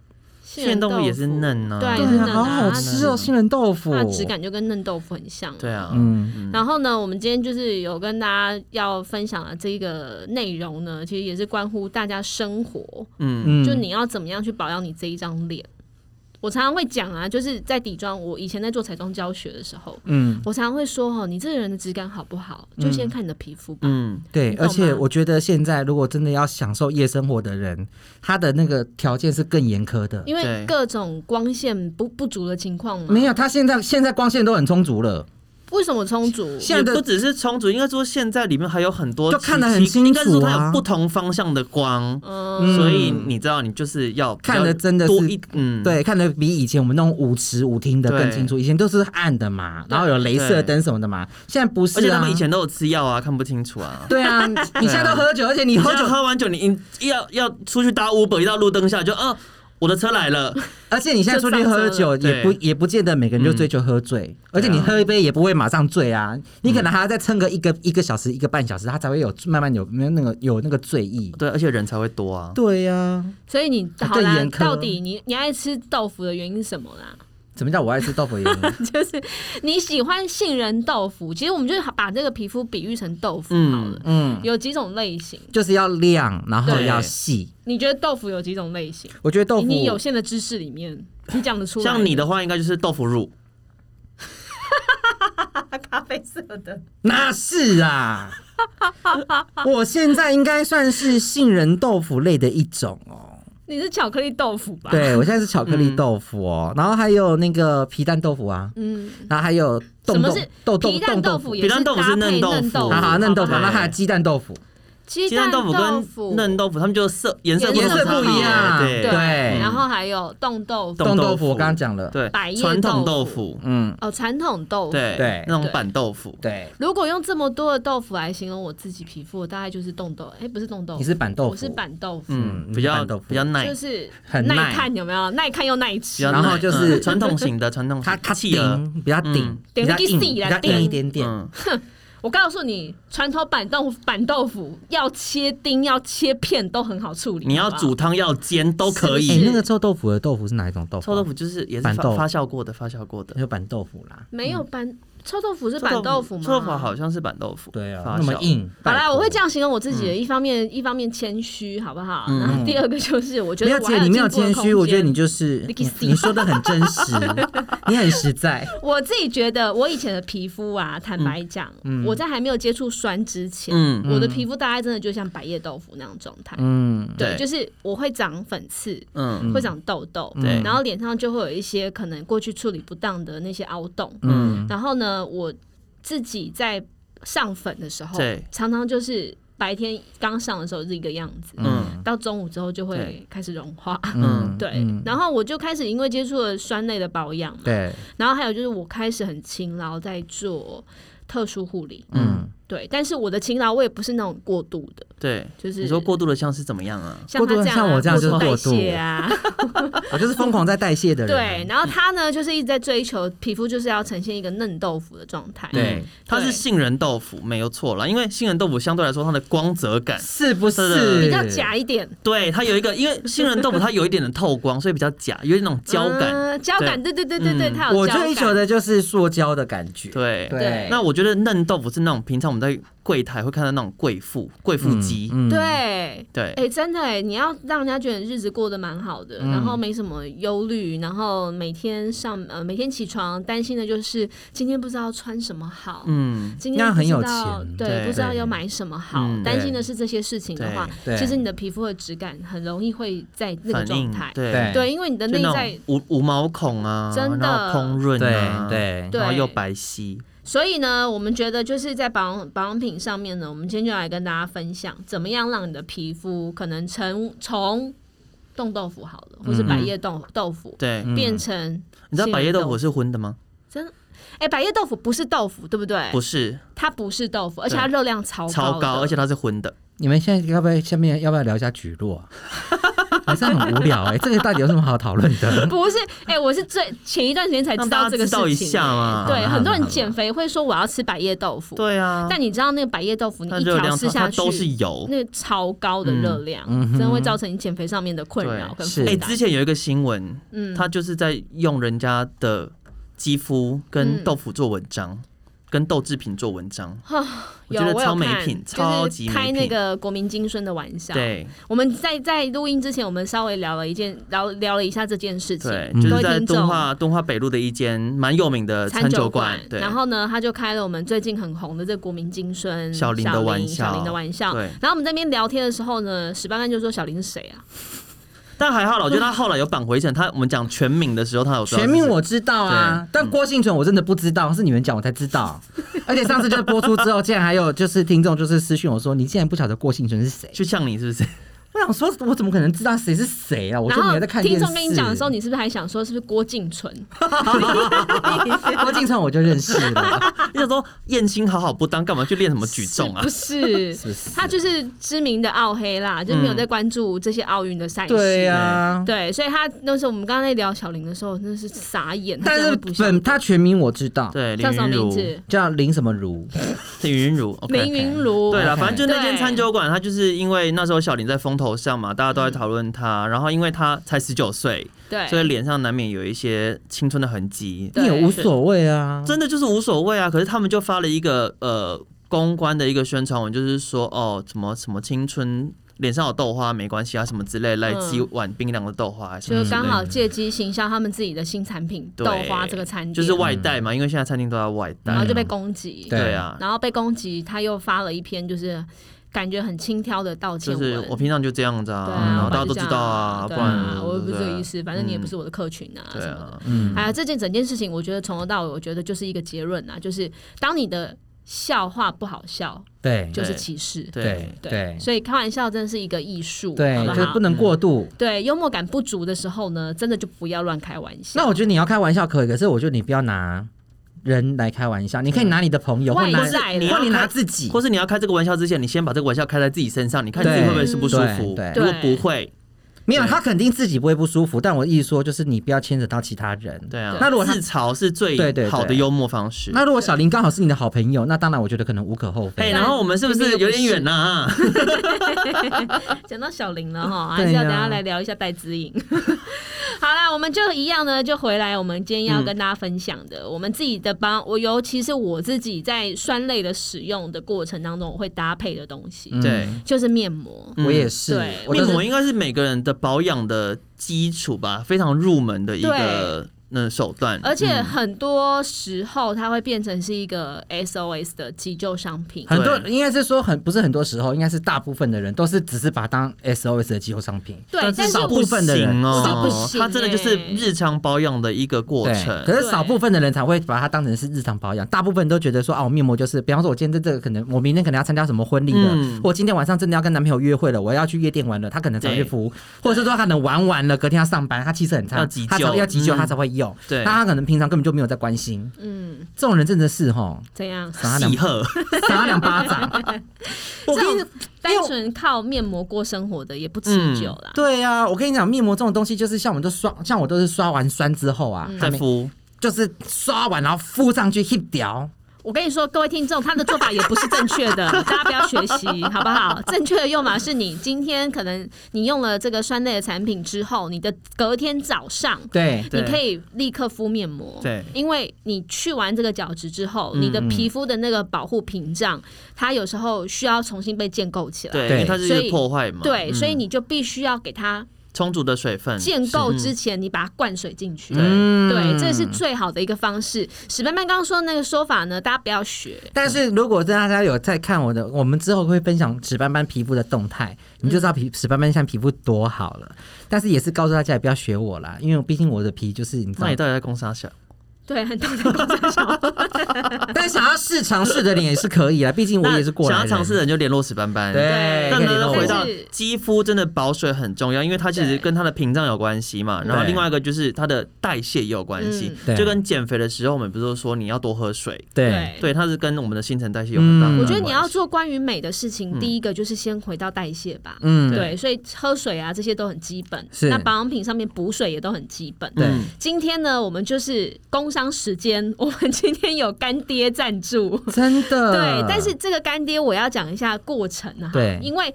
S3: 杏
S2: 现在
S3: 豆
S2: 动
S3: 腐
S2: 物也是嫩啊，
S3: 对啊
S4: 对
S3: 也是
S4: 啊，
S3: 嫩
S4: 好好吃哦，杏仁豆腐。
S3: 它的质感就跟嫩豆腐很像。
S2: 对。啊，
S4: 嗯，
S2: 嗯
S3: 然后呢，我们今天就是有跟大家要分享的这个内容呢，其实也是关乎大家生活，
S2: 嗯
S4: 嗯
S3: 就你要怎么样去保养你这一张脸。我常常会讲啊，就是在底妆，我以前在做彩妆教学的时候，
S4: 嗯，
S3: 我常常会说哦，你这个人的质感好不好，就先看你的皮肤吧。
S2: 嗯，
S4: 对，
S3: 你懂
S4: 而
S3: 吗
S4: 且我觉得现在如果真的要享受夜生活的人，他的那个条件是更严苛的。
S3: 因
S2: 对
S3: 为各种光线不不足的情况嘛，
S4: 没有，他现在现在光线都很充足了。
S3: 为什么充足？
S4: 现
S2: 也
S4: 在的
S2: 不只是充足，应该说现在里面还有很多
S4: 就
S2: 奇
S4: 看得很
S2: 奇
S4: 清
S2: 应该是说
S4: 楚啊
S2: 它有不同方向的光，
S3: 嗯，
S2: 所以你知道你就是要比较
S4: 看得真的是
S2: 多一嗯，
S4: 对，看得比以前我们那种舞池舞厅的更
S2: 对
S4: 清楚。以前都是暗的嘛，然后有镭射灯什么的嘛，现在不是、啊。
S2: 而且他们以前都有吃药啊，看不清楚啊。
S4: (laughs) 对
S2: (laughs)
S4: 啊，你你现在都喝酒，而且你
S2: 你
S4: 喝
S2: 喝酒，
S4: 酒
S2: 喝完酒，你你要要出去搭 Uber，一到路灯下就啊，我的车来了，
S4: 而且你现在出去喝酒
S2: 就上车了对
S4: 也不
S2: 嗯啊
S4: 也不见得每个人就追求喝醉，而且你喝一杯也不会马上醉啊，你可能还要再撑个一个一个小时、一个半小时，他才会有慢慢有没有那个有那个醉意。
S2: 对，而且人才会多啊。
S4: 对呀、
S3: 所以你
S4: 更
S3: 好啦
S4: 严，苛
S3: 到底你你爱吃豆腐的原因是什么啦？
S4: 怎么叫我爱吃豆腐原因？
S3: 就是你喜欢杏仁豆腐，其实我们就是把这个皮肤比喻成豆腐好了。
S4: 嗯，
S3: 有几种类型？
S4: 就是要亮，然后
S2: 对
S4: 要细。
S3: 你觉得豆腐有几种类型？
S4: 我觉得豆
S3: 以
S4: 腐
S3: 你有限的知识里面，你讲得出来？
S2: 像你的话，应该就是豆腐乳，
S3: 咖啡色的，
S4: 那是啊，我现在应该算是杏仁豆腐类的一种哦。
S3: 你是巧克力豆腐吧？，
S4: 对我现在是巧克力豆腐哦，然后还有那个皮蛋豆腐啊，
S3: 嗯，
S4: 然后还有
S3: 什
S4: 冻
S3: 么
S4: 豆
S3: 是
S4: 豆豆
S3: 皮蛋
S4: 冻
S3: 豆
S4: 豆
S3: 腐？
S2: 皮
S3: 也
S2: 蛋豆腐
S3: 搭
S2: 是
S3: 配
S2: 嫩豆
S3: 嫩
S2: 腐
S3: 豆
S4: 好好嫩豆腐，
S2: 好
S4: 然
S2: 吧
S4: 后还有鸡蛋豆腐，
S3: 鸡
S2: 鸡蛋豆
S3: 豆
S2: 腐跟嫩豆腐，他们就色颜色
S3: 颜
S4: 颜
S3: 色
S4: 色
S2: 不
S4: 不一
S2: 一
S4: 样，
S2: 对
S3: 对，
S4: 对，
S3: 然后还有冻豆腐
S2: 冻
S4: 冻
S2: 豆
S4: 豆腐
S2: 腐
S4: 我刚刚讲了，
S2: 对
S3: 百叶
S2: 传统
S3: 豆
S2: 豆
S3: 腐
S2: 腐，
S4: 嗯，
S3: 哦，传统豆腐。
S2: 对
S4: 对
S2: 那种板豆腐，
S4: 对，
S3: 如果用这么多的豆腐来形容我自己皮肤，我大概就是冻豆，哎，不是冻豆腐，
S4: 你是板豆腐
S3: 我是板豆腐，
S2: 嗯，
S4: 嗯
S2: 比较
S4: 板豆腐
S2: 比较耐
S3: 就，是
S4: 很耐
S3: 耐看，有没有？耐看又耐
S2: 比
S3: 吃
S2: 较，
S4: 然后
S2: 耐
S4: 就是
S2: 嗯传统型的传统型
S4: 它它
S2: 企鹅，
S4: 顶比较顶
S2: 嗯，
S4: 比较硬，
S3: 顶
S4: 比
S3: 得
S4: 较
S3: 起来
S4: 硬一点点，
S2: 嗯，
S3: 我告诉你，传统板豆腐板豆腐要切丁、要切片都很好处理。
S2: 你要
S3: 好不好
S2: 煮汤要煎都可
S3: 是
S4: 哎、
S2: 以
S3: 不。
S4: 那个臭豆腐的豆腐是哪一种豆腐、啊？
S2: 臭豆腐就是也是发
S4: 板豆
S2: 发酵过的，发酵过的
S4: 就板豆腐啦。
S3: 没有板
S4: 嗯
S3: 臭豆腐是板豆腐吗？
S2: 臭豆腐好像是板豆腐，
S4: 对啊，
S2: 发
S4: 那么
S2: 酵。
S4: 硬。
S3: 好啦，
S4: 拜托
S3: 我会这。样形容我自己的。一方面，一方面谦虚，好不好？
S2: 嗯
S3: 然后第二个就是，我觉
S4: 没
S3: 得
S4: 有
S3: 我还
S4: 姐，你没有
S3: 进步的
S4: 谦虚，
S3: 空
S4: 我觉得
S3: 间
S4: 你就是
S3: 你
S4: 你
S3: 死
S4: 你说的很真 (laughs) 实，你很实在。
S3: 我自己觉得，我以前的皮肤啊，坦白讲，
S4: 嗯
S3: 我在还没有接触酸之前，
S2: 嗯
S3: 我的皮肤大概真的就像百叶豆腐那样状态。
S4: (laughs) 嗯，
S3: 对，
S2: 对
S3: 就是我会长粉刺，
S2: 嗯
S3: 会长痘痘，
S2: 对
S3: 然后脸上就会有一些可能过去处理不当的那些凹洞，
S2: 嗯，
S3: 然后呢，我自己在上粉的时候
S2: 对，
S3: 常常就是白天刚上的时候是一个样子，
S2: 嗯
S3: 到中午之后就会
S2: 对
S3: 开始融化。
S2: 嗯
S3: (laughs) 对，然后我就开始因为接触了酸类的保养嘛，
S4: 对，
S3: 然后还有就是我开始很勤劳在做特殊护理，
S4: 嗯，
S3: 对，但是我的勤劳我也不是那种过度的，
S2: 对，
S3: 就是
S2: 你说过度的像是怎么样啊？
S3: 像他
S4: 过度
S3: 这样、啊、
S4: 的像我这样就是
S3: 代
S4: 过度
S3: 谢啊，
S4: 我就是疯狂在代谢的人。啊
S3: 对，，然后他呢就是一直在追求皮肤就是要呈现一个嫩豆腐的状态，
S4: 对
S2: 嗯，它是杏仁豆腐，没有错啦。因为杏仁豆腐相对来说它的光泽感，
S4: 是不
S2: 对
S4: 是
S3: 比较假一点，
S2: 对它有一个，因为杏仁豆腐它有一点的透 (laughs) 光，所以比较假，有一种胶感。
S3: 嗯胶感，对对对对对，
S2: 嗯
S3: 它有
S4: 我
S3: 胶
S4: 追求
S3: 感。
S4: 的就是塑胶的感觉。
S2: 对，
S3: 对
S2: 那我觉得嫩豆腐是那种平常我们在柜台会看到那种贵妇贵妇鸡，
S4: 嗯，
S3: 对，
S4: 嗯
S3: 哎、
S2: 对，
S3: 真的哎，你要让人家觉得日子过得蛮好的，然后没什么忧虑，然后每天上呃每天起床担心的就是今天不知道穿什么好，
S2: 嗯，
S3: 今天
S4: 那
S3: 不
S4: 很
S3: 知
S4: 有
S3: 道
S4: 钱
S3: 对，
S2: 对
S3: 不知道
S4: 对
S3: 要买什么好，
S2: 嗯
S3: 担
S4: 对
S3: 心的是这些事情的话，
S4: 对
S3: 其实你的皮肤的质感很容易会在那个
S2: 反
S3: 状
S2: 应
S3: 态，
S2: 对
S4: 对
S3: 对，因为你的
S2: 就
S3: 内
S2: 那
S3: 在
S2: 种，无无毛孔啊，
S3: 真的
S2: 然后通润啊，
S4: 对
S3: 对
S2: 然后又白皙，
S3: 所以呢，我们觉得就是在保养保养品上面呢，我们今天就来跟大家分享，怎么样让你的皮肤可能从从冻豆腐好了，或是百叶豆豆腐、
S2: 对，
S4: 嗯
S3: 变成
S2: 嗯你知道百叶豆腐
S3: 杏仁
S2: 是荤的吗？
S3: 真的。哎、百叶豆腐不是豆腐，对不对？
S2: 不是，
S3: 它不是豆腐，而且它热量超高
S2: 超高，而且
S3: 它
S2: 它是荤的。
S4: 你们现在要不要下面要不要聊一下菊落、 (laughs) 啊？好像很无聊哎、这个到底有什么好讨论的？
S3: 不是。哎、我是最前一段时间才哎知
S2: 让大
S3: 道
S2: 家
S3: 这个事
S2: 知
S3: 情、哎
S2: 道一下嘛啊
S3: 对，
S4: 好啦
S3: 很多人
S4: 好啦
S3: 减肥会说我要吃百叶豆腐，
S2: 对啊，
S3: 但你知道那个百叶豆腐，你
S2: 它
S3: 一
S2: 热
S3: 条
S2: 量
S3: 吃
S2: 超
S3: 下
S2: 它
S3: 去
S2: 都是油。
S3: 那个超高的热量，
S4: 嗯
S3: 真的会造成你减肥上面的困扰跟负
S4: 是
S2: 哎、
S3: 担。
S2: 之前有一个新闻，
S3: 嗯
S2: 他就是在用人家的肌肤
S3: 嗯
S2: 跟豆腐做文章，跟豆制品做文章。我
S3: 哦有
S2: 觉得
S3: 我有
S2: 超没
S3: 看
S2: 品
S3: 就
S2: 超
S3: 是
S2: 级没
S3: 开那
S2: 品
S3: 个国民精孙的玩笑。，
S2: 对
S3: 我们在在录音之前，我们稍微聊了一件，聊聊了一下这件事情。
S2: 对，
S4: 嗯
S2: 就
S3: 各位
S2: 是在
S3: 听众
S2: 敦化敦化北路的一间蛮有名的
S3: 餐
S2: 餐
S3: 酒
S2: 酒馆。对，
S3: 然后呢，他就开了我们最近很红的这国民精孙
S2: 小林的玩笑
S3: 小林的玩笑。
S2: 对
S3: 然后我们在那边聊天的时候呢，史班班就说：“小林是谁啊？
S2: 但还好啦，我觉得他后来有扳回一城。他我们讲全名的时候，他有说他
S4: 全
S2: 是
S4: 名
S2: 谁
S4: 我知道啊，但郭幸存我真的不知道，是你们讲我才知
S3: (laughs)
S4: 道。而且上次就是播出之后，竟然还有就是听众就是私讯我说，你竟然不晓得郭幸存是谁？
S2: (laughs) 就像你是不是？ (laughs)
S4: 我想说，我怎么可能知道谁是谁啊？我
S3: 然
S4: 就没
S3: 后
S4: 有在看电
S3: 听
S4: 视。
S3: 众跟你讲的时候，你是不是还想说是不是郭敬淳？
S4: 郭幸存我就认识了，
S2: 你想说燕青好好不当，干嘛去练什么举重啊
S3: 是
S2: (laughs)
S3: 不？是，
S4: 是不是
S3: 他就是知名的奥黑啦，就没有在关注这些奥运的赛事。
S4: 对
S2: 啊
S4: 啊呀、
S3: (laughs) 对，啊所以他那时候我们刚刚在聊小林的时候，真的是傻眼。他
S4: 但
S3: 真的
S4: 是
S3: 不像
S4: 本他全名我知道，
S2: 对，林
S3: 叫什么
S2: 云
S3: 名
S2: 如，
S3: 字？
S4: 叫林什么如，
S2: 林云如，OK，
S3: 林云如。
S2: 对了，啊
S4: OK
S2: 反正就是那
S3: 对嗯
S2: 间餐酒馆，它就是因为那时候小林在风头上嘛，大家都在讨论他，然后因为他才十九岁，
S3: 对
S2: 所以脸上难免有一些青春的痕迹，
S3: 对
S4: 你也无所谓啊。
S2: 真的就是无所谓啊。可是他们就发了一个呃公关的一个宣传文，就是说哦，什么什么青春。脸上有豆花没关系啊，什么之类，来
S3: 嗯
S2: 几碗冰凉的豆花啊，什么
S3: 就
S2: 之
S3: 刚
S2: 类
S3: 好借机行销他们自己的新产品豆
S2: 对
S3: 花这个餐点，
S2: 就是外带嘛，因为现在餐厅都在外
S3: 嗯然后
S2: 带。
S3: 就被攻击。
S4: 对
S2: 对啊，
S3: 然后被攻击，他又发了一篇就是感觉很轻佻的道歉
S2: 就
S3: 文。
S2: 是我平常就这样子啊，
S3: 对
S2: 然
S3: 啊，
S2: 后
S3: 我
S2: 大家
S3: 本来
S2: 都
S3: 就
S2: 知
S3: 这样
S2: 道啊，不
S3: 对
S2: 然
S3: 啊，我又不是这个
S2: 对
S3: 意思，反正你也不是
S2: 嗯
S3: 我的客群啊，
S2: 对
S3: 什么的
S2: 啊。，
S4: 嗯，
S3: 哎呀，这件整件事情，我觉得从头到尾，我觉得就是一个结论啊，就是当你的笑话不好笑，
S4: 对
S3: 就是
S2: 对
S3: 歧视。
S4: 对对
S3: 所以开玩笑真的是一个艺术，好
S4: 对，
S3: 不
S4: 就
S3: 好
S4: 不能过度。
S3: 对幽默感不足的时候呢，真的就不要乱开玩笑。
S4: 那我觉得你要开玩笑可以，可是我觉得你不要拿人来开玩笑，你可以拿你的朋友，或
S3: 外
S4: 拿，
S3: 在
S2: 你
S3: 啦
S2: 要
S4: 或你拿自己
S2: 或。是你要开这个玩笑之前，你先把这个玩笑开在自己身上，你看自己
S4: 对
S2: 会不会是不舒服
S4: 嗯。对
S2: 如
S3: 对
S2: 果不会，
S4: 没有，
S2: 对
S4: 他肯定自己不会不舒服，但我意思说就是你不要牵扯到其他人。
S2: 对啊，
S4: 那如果他
S2: 自嘲是
S4: 对
S2: 最
S4: 对对
S2: 好的幽默方式。
S4: 那如果小林刚好是你的好朋友，那当然我觉得可能无可厚
S2: 哎，
S4: 非。
S2: 然后我们是不是有点远啊呐？
S3: 讲到小林了
S4: (laughs)
S3: 哈，
S4: 对
S3: 还
S4: 呀
S3: 是要等一下来聊一下戴资颖。 (laughs) 好啦，我们就一样呢，就回来我们今天
S4: 嗯
S3: 要跟大家分享的，我们自己的帮我，尤其是我自己在酸类的使用的过程当中，我会搭配的东西、
S4: 嗯
S2: 对，
S3: 就是面膜。
S4: 我也是
S3: 对，
S4: 我
S2: 面
S4: 都是
S2: 膜应该是每个人的保养的基础吧，非常入门的一个那手段。嗯
S3: 而
S4: 嗯
S3: 且很多时候它会变成是一个 SOS 的急救商品，
S4: 很多
S2: 对
S4: 应该是说很不是很多时候，应该是大部分的人都是只是把它当 SOS 的急救商品。
S3: 对，但
S4: 是
S3: 是
S4: 少
S3: 我
S4: 部分的人
S3: 少部
S2: 哦
S3: 分，
S2: 它真的就是日常保养的一个过
S4: 对，
S2: 程
S4: 可。是
S3: 对
S4: 少部分的人才会把它当成是日常保养，大部分人都觉得说啊，我面膜就是，比方说我今天这个可能我明天可能要参加什么婚礼了，
S2: 嗯
S4: 我今天晚上真的要跟男朋友约会了，我要去夜店玩了，他可能才会敷，或者是说他可能玩完了，隔天要上班，他气色很差，
S2: 要急救
S4: 他才会要急救，
S2: 嗯
S4: 他才会用。
S2: 对
S4: 那他可能平常根本就没有在关心，
S3: 嗯，
S4: 这种人真的是哈，
S3: 怎样？
S4: 赏他
S2: (laughs)
S4: 两
S2: 喜贺，
S4: 赏他两巴掌。我跟你
S3: 单纯靠面膜过生活的也不持久啦。
S4: 对啊，我跟你讲，面膜这种东西就是像我们都刷，像我都是刷完酸之后啊，还
S2: 再
S4: 没
S2: 敷，
S4: 就是刷完然后敷上去 hit 掉。
S3: 我跟你说，各位听众，他的做法也不是正确
S4: (laughs)
S3: 的，大家不要学习，好不好？正确的用法是你今天可能你用了这个酸类的产品之后，你的隔天早上。
S4: 对
S3: 你
S2: 对
S3: 可以立刻敷面膜，
S2: 对嗯
S3: 因为你去完这个角质之后，你的皮肤的那个保护屏障，它有时候需要重新被建构起来，
S2: 对，因
S4: 对
S2: 为它是
S3: 所
S2: 一
S3: 以
S2: 个破坏嘛，
S3: 对，
S2: 嗯
S3: 所以你就必须要给它
S2: 充足的水分，嗯
S3: 建构之前，你把它灌水进去，
S2: 对
S3: 对，这是最好的一个方式。史班班刚刚说的那个说法呢，大家不要学，
S4: 但是如果大家有在看我的，我们之后会分享史斑斑皮肤的动态，你就知道
S3: 嗯
S4: 皮史斑斑现在皮肤多好了。但是也是告诉大家也不要学我啦，因为毕竟我的皮就是你知道
S2: 那你，到底在攻啥小？
S3: 对，很多人都在
S2: (laughs)
S3: 想
S4: 但想要试尝试的人也是可以啦，毕竟我也是过来
S2: 想
S4: 人。
S2: 要尝试的人就联络史斑斑。
S4: 对，
S2: 但
S4: 可以
S2: 呢，
S4: 弄
S2: 回
S4: 我
S2: 到
S3: 但是
S2: 肌肤真的保水很重要，因为它其实
S3: 对
S2: 跟它的屏障有关系嘛。然后
S4: 对
S2: 另外一个就是它的代谢也有关系
S3: 嗯，
S4: 对
S2: 就跟减肥的时候，我们不是说你要多喝水，
S4: 对
S2: 对，它是跟我们的新陈代谢有很大的
S4: 嗯
S2: 关
S3: 我
S2: 系。
S3: 觉得你要做关于美的事情，第一个就是先回到代谢吧。
S4: 嗯
S3: 对，所以喝水啊这些都很基本，
S4: 是
S3: 那保养品上面补水也都很基本。
S4: 对
S2: 嗯
S3: 今天呢，我们就是工商时间，我们今天有干爹赞助，
S4: 真的
S3: 对，但是这个干爹我要讲一下过程啊，
S4: 对
S3: 因为。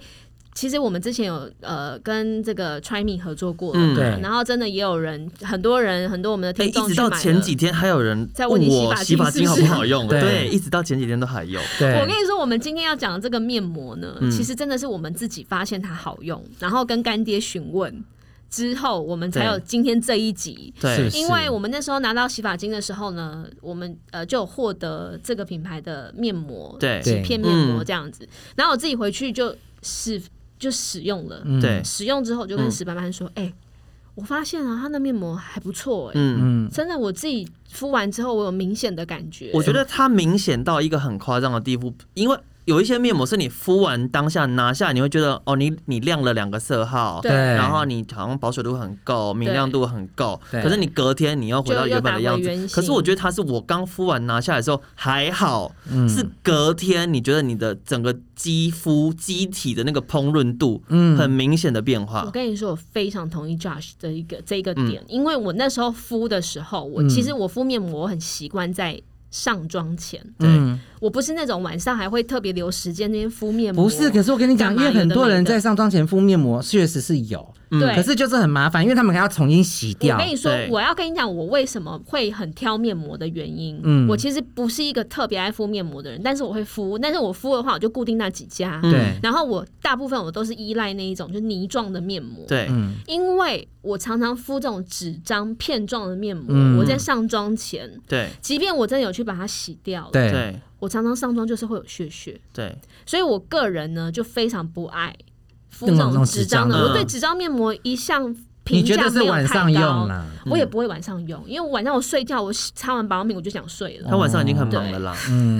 S3: 其实我们之前有呃跟这个 Try Me 合作过了，
S2: 嗯
S4: 对
S3: 然后真的也有人很多人很多我们的
S2: 哎，
S3: 听
S2: 一
S3: 众
S2: 直
S3: 去
S2: 到
S3: 买了、
S2: 前几天还有人
S3: 在问
S2: 问
S3: 你洗
S2: 我
S3: 发
S2: 洗
S3: 精
S2: 发
S3: 是
S2: 精
S3: 不
S2: 好
S3: 是
S2: 不好用，
S4: 对
S2: 对，一直到前几天都还有。
S4: 对，
S3: 我跟你说，我们今天要讲的这个面膜呢，
S2: 嗯
S3: 其实真的是我们自己发现它好用，然后跟干爹询问之后，我们才有
S2: 对
S3: 今天这一集。
S2: 对
S4: 是
S3: 因为我们那时候拿到洗发精的时候呢，我们呃就有获得这个品牌的面膜，
S2: 对
S3: 几片面膜
S2: 嗯
S3: 这样子。然后我自己回去就试就使用了，
S4: 嗯
S2: 对
S3: 使用之后就跟
S2: 嗯
S3: 石斑斑说：“哎、我发现啊，它的面膜还不错哎、
S2: 嗯，
S4: 嗯，
S3: 真的，我自己敷完之后，我有明显的感觉。
S2: 我觉得它明显到一个很夸张的地步，因为有一些面膜是你敷完当下拿下，你会觉得哦，你你亮了两个色号，
S3: 对
S4: 哎
S2: 然后你好像保水度很够，明亮度很够，
S4: 对
S2: 可是你隔天你又回到原本的样
S3: 就又打回原
S2: 子。
S3: 形
S2: 可是我觉得它是我刚敷完拿下来的时候还好，
S4: 嗯
S2: 是隔天你觉得你的整个肌肤机体的那个烹润度，嗯，很明显的变
S3: 我
S2: 化。
S3: 跟你说，我非常同意 Josh 的一个这一个
S2: 嗯
S3: 点，因为我那时候敷的时候，我、其实我敷面膜，我很习惯在上妆前，
S2: 对
S4: 嗯
S3: 我不是那种晚上还会特别留时间那边敷面膜，
S4: 不是，可是我跟你讲，因
S3: 干嘛
S4: 为很多
S3: 有
S4: 人
S3: 的没的
S4: 在上妆前敷面膜，确实是有，
S3: 对
S4: 嗯可是就是很麻烦，因为他们还要重新洗
S3: 我
S4: 掉。
S3: 跟你说
S2: 对，
S3: 我要跟你讲，我为什么会很挑面膜的原因。
S4: 嗯
S3: 我其实不是一个特别爱敷面膜的人，但是我会敷，但是我敷的话，我就固定那几家。
S2: 嗯
S4: 对，
S3: 然后我大部分我都是依赖那一种就泥状的面膜，，
S2: 对，
S4: 嗯，
S3: 因为我常常敷这种纸张片状的面膜，
S4: 嗯
S3: 我在上妆前，
S2: 对
S3: 即便我真的有去把它洗掉了，
S4: 对，
S2: 对
S3: 我常常上妆就是会有屑屑，
S2: 对，
S3: 所以我个人呢就非常不爱敷
S4: 那
S3: 这
S4: 种
S3: 种纸张的。
S2: 纸张的
S3: 我对纸张面膜一向
S4: 你
S3: 评
S4: 觉
S3: 价
S4: 得是
S3: 没有
S4: 晚
S3: 太
S4: 上用啊嗯
S3: 高。
S4: 啦？
S3: 我也不会晚上用，因为晚上我睡觉，我擦完保养品我就想睡了。
S2: 他
S3: (laughs)
S4: 哦
S2: 晚上已经很忙了啦，
S4: 嗯，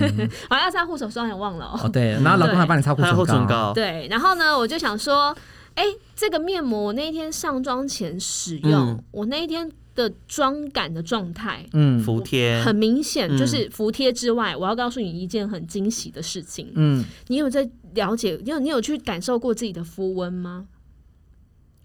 S3: 我要擦护手霜，也忘了、哦。
S4: 哦对，然后老公还帮你擦护
S2: 还有
S4: 唇
S2: 厚唇
S4: 膏，
S2: 膏，
S3: 对，然后呢，我就想说，哎、这个面膜我那一天上妆前使用，
S2: 嗯
S3: 我那一天的妆感的状态。
S4: 嗯
S2: 服帖，
S3: 很明显，
S2: 嗯
S3: 就是服帖之外，我要告诉你一件很惊喜的事情。
S4: 嗯，
S3: 你有在了解，你有你有去感受过自己的肤温吗？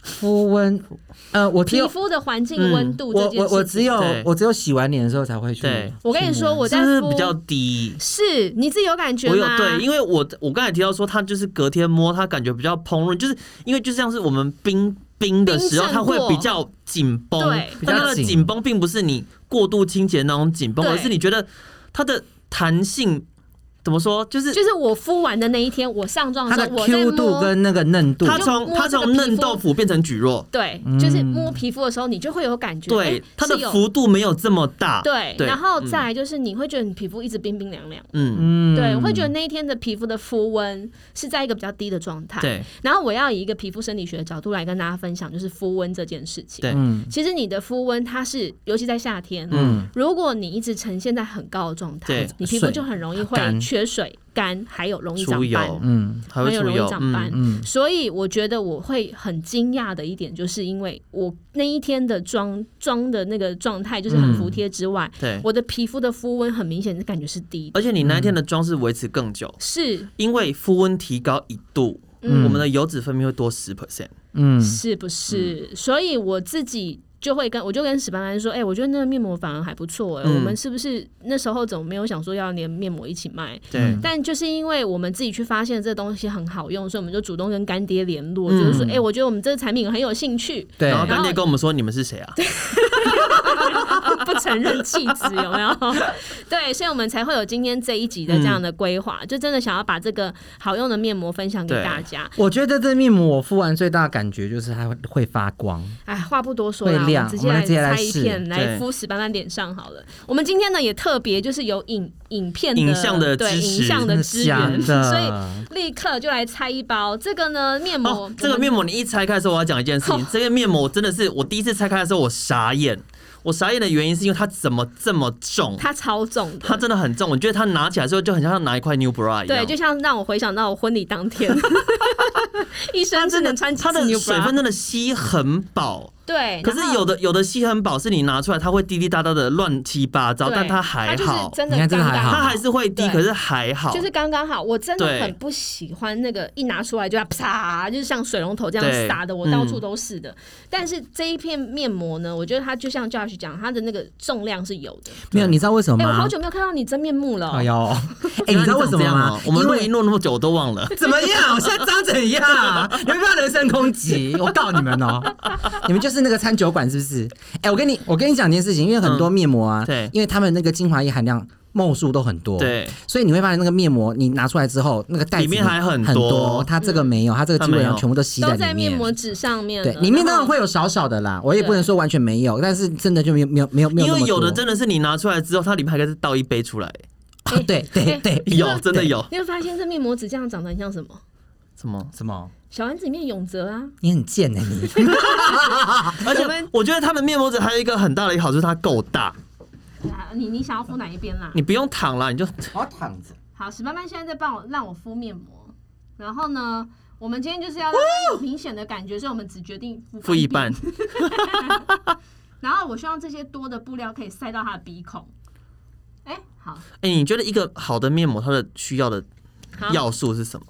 S4: 肤温，呃，我只
S3: 皮
S4: 有嗯
S3: 肤的环境温度这
S4: 我
S3: 件事情。
S4: 我我只有
S2: 对
S4: 我只有洗完脸的时候才会去
S2: 对，
S3: 我跟你说，我
S2: 嗯是
S3: 在
S2: 不是
S3: 敷
S2: 比较低？
S3: 是你自己有感觉
S2: 我有
S3: 吗？
S2: 对，因为我我刚才提到说，它就是隔天摸，它感觉比较蓬润，就是因为就像是我们冰冰的时候，
S3: 冰镇
S2: 它会
S3: 过
S2: 比较紧绷
S3: 对，
S2: 但它
S4: 比较
S2: 的
S4: 紧
S2: 紧绷并不是你过度清洁那种紧绷，
S3: 对
S2: 而是你觉得它的弹性怎么说，就是
S3: 就是我敷完的那一天，我上妆的
S4: 它
S3: 时
S4: 的
S3: 候，哦我在
S4: Q 度
S3: 摸，
S4: 跟那个嫩度，
S2: 它
S3: 就
S2: 从
S3: 摸
S2: 它
S3: 这个
S2: 从
S3: 皮
S2: 嫩
S3: 肤
S2: 豆腐变成蒟蒻，
S3: 对，
S4: 嗯
S3: 就是摸皮肤的时候，你就会有感觉，
S2: 对
S3: 哎，
S2: 它的
S3: 是有
S2: 幅度没有这么大，
S3: 对，
S2: 对
S3: 然后再来就是你会觉得你皮肤一直冰冰凉凉，
S2: 嗯，
S4: 嗯
S3: 对，我会觉得那一天的皮肤的肤温是在一个比较低的状态。，
S2: 对
S3: 然后我要以一个皮肤生理学的角度来跟大家分享，就是肤温这件事情。
S2: 对
S4: 嗯
S3: 其实你的肤温它是，尤其在夏天，哦
S4: 嗯
S3: 如果你一直呈现在很高的状态
S2: 对，
S3: 你皮肤
S4: 水
S3: 就很容易
S4: 干
S3: 会缺水、干，还有容易长
S2: 出油
S3: 斑，
S4: 嗯
S2: 还
S3: 还
S2: 会
S3: 有
S2: 出
S3: 容易
S2: 油，
S3: 长斑
S2: 嗯，。
S4: 嗯
S3: 所以我觉得我会很惊讶的一点，就是因为我那一天的妆妆的那个状态就是
S2: 嗯
S3: 很服帖之外，
S2: 对，
S3: 我的皮肤的肤温很明显是感觉是低的，
S2: 而且你那一天的妆是维持更久，
S3: 是
S2: 因为肤温提高一度，
S4: 嗯
S2: 我们的油脂分泌会多十 percent。
S4: 嗯
S3: 是不是？
S2: 嗯
S3: 所以我自己就会跟我就跟史班安说，哎、我觉得那个面膜反而还不错、哎、
S2: 嗯
S3: 我们是不是那时候怎么没有想说要连面膜一起卖？
S2: 对，
S3: 但就是因为我们自己去发现这东西很好用，所以我们就主动跟干爹联络，
S2: 嗯
S3: 就是说，哎、我觉得我们这个产品很有兴趣，
S4: 对，
S2: 然后
S3: 刚
S2: 干爹跟我们说你们是谁啊？
S3: 啊不承认气质有没有？ (laughs) 对，所以我们才会有今天这一集的这样的规划，就真的想要把这个好用的面膜分享给
S2: 对
S3: 大家。
S4: 我觉得这面膜我敷完最大的感觉就是它会会发光，
S3: 哎，话不多说
S4: 会
S3: 啦，
S4: 亮
S3: 们直接
S4: 我们
S3: 来
S4: 直接来
S3: 拆一
S4: 试
S3: 片来
S2: 对
S3: 敷石斑斑脸上好了。我们今天呢也特别就是有影影片的
S2: 影像的
S3: 对
S2: 支
S3: 影
S2: 持
S3: 像
S4: 真的
S3: 支
S4: 假
S3: 援，所以
S4: 的？
S3: 立刻就来拆一包这个呢面膜。我
S2: 哦
S3: 们，
S2: 这个面膜你一拆开的时候，我要讲一件事情
S3: 哦，
S2: 这个面膜真的是我第一次拆开的时候我傻眼，我傻眼的原因是因为它怎么这么重？
S3: 它超重
S2: 它
S3: 的。
S2: 真的很重，我觉得它拿起来之后就很像拿一块 new bra 一
S3: 对，
S2: 样。
S3: 就像让我回想到我婚礼当
S2: (laughs)
S3: 天，一生只能穿几
S2: 它
S3: 次
S2: 的
S3: New
S2: 水分
S3: Bra。
S2: 真的吸很饱，
S3: 对，
S2: 可是
S3: 然后
S2: 有的有的吸很饱，是你拿出来它会滴滴答答的乱七八糟，
S3: 对
S2: 但它还好
S3: 就是，真的
S4: 你看
S3: 刚
S4: 真的
S3: 刚
S4: 还好
S2: 它还是会滴，
S3: 对
S2: 可是还好，
S3: 就是刚刚好。我真的
S2: 对
S3: 很不喜欢那个一拿出来就要啪，就是像水龙头这
S2: 对
S3: 样洒的，我
S2: 嗯
S3: 到处都是的。但是这一片面膜呢，我觉得它就像 Josh 讲，它的那个重量是有的。
S4: 没有，你知道为什么
S3: 哎、我好
S4: 吗？
S3: 久没有看到你真面目了。
S4: 哎
S3: (laughs)
S4: 呦，哎，你知道为什么吗？
S3: 哦
S2: 啊我们
S4: 因
S2: 录
S4: 为
S2: 音录那么久我都忘了。
S4: 怎么样？我现在长怎样？你们不要人身攻击，我告你们哦！
S2: (laughs)
S4: 你们就是那个餐酒馆是不是？哎、我跟你我跟你讲一件事情，因为很多面膜啊，
S2: 嗯对
S4: 因为他们那个精华液含量。墨数都很多，
S2: 对，
S4: 所以你会发现那个面膜你拿出来之后，那个袋子
S2: 里面还很
S4: 很
S2: 多
S4: 它这个没有，它这个基本上全部都吸
S3: 都
S4: 在
S3: 在
S4: 里
S3: 面
S4: 面。
S3: 膜纸上面了，
S4: 对，里面
S3: 然
S4: 当然
S3: 后
S4: 会有少少的啦，我也不能说完全没有，但是真的就没有没有没有没有
S2: 因
S4: 那
S2: 为
S4: 么多。
S2: 有的真的是你拿出来之后，它里面还可以再倒一杯出来，
S4: 啊 (laughs) 对对
S3: 哎
S4: 对，
S2: (laughs) 有真的有
S3: 你会发现这面膜纸这样长得很像什么？
S2: 什么？
S4: 什么？
S3: 小丸子里面永泽啊，
S4: 你很贱哎、 (laughs) 你
S2: 而且
S3: 我们
S2: 我觉得它的面膜纸还有一个很大的一个好处，它够大，
S3: 啊你你想要敷哪一边啦？
S2: 你不用躺了，你就
S4: 好躺着。
S3: 好，史班班现在在帮我让我敷面膜，然后呢，我们今天就是要让它有明显的感觉，所以我们只决定敷
S2: 敷一
S3: 边
S2: 半。
S3: 然后我希望这些多的布料可以塞到他的鼻孔。哎、好，
S2: (laughs) 哎，你觉得一个好的面膜它的需要的
S3: 好
S2: 要素是什么？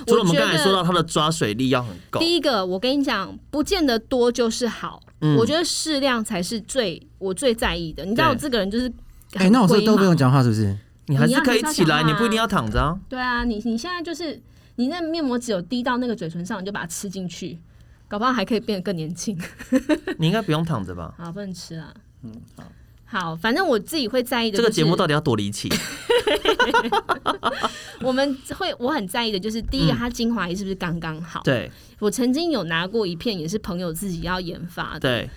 S3: 我
S2: 除了我们
S3: 觉
S2: 刚才说
S3: 得
S2: 到它的抓水力要很够，
S3: 第一个，我跟你讲，不见得多就是好，
S2: 嗯
S3: 我觉得适量才是最我最在意的。你知道我
S2: 对
S3: 这个人就是很龟毛，
S4: 哎、那我是不是都不用讲话是不是？
S2: 你还
S3: 你
S2: 是
S3: 要
S2: 可以
S3: 还是
S2: 起
S3: 要讲
S2: 来，你
S3: 话
S2: 不一定要躺着啊。
S3: 对啊，你你现在就是你那面膜只有滴到那个嘴唇上，你就把它吃进去，搞不好还可以变得更年轻。 (laughs)
S2: 你应该不用躺着吧？
S3: 好，不能吃啦。好，反正我自己会在意的、
S2: 嗯这
S3: 就是。
S2: 个节目到底要多离奇？
S3: 我们会我很在意的就是，第一个，
S2: 嗯
S3: 它精华液是不是刚刚好？
S2: (laughs) 对
S3: 我曾经有拿过一片，也是朋友自己要研发的，
S2: 对，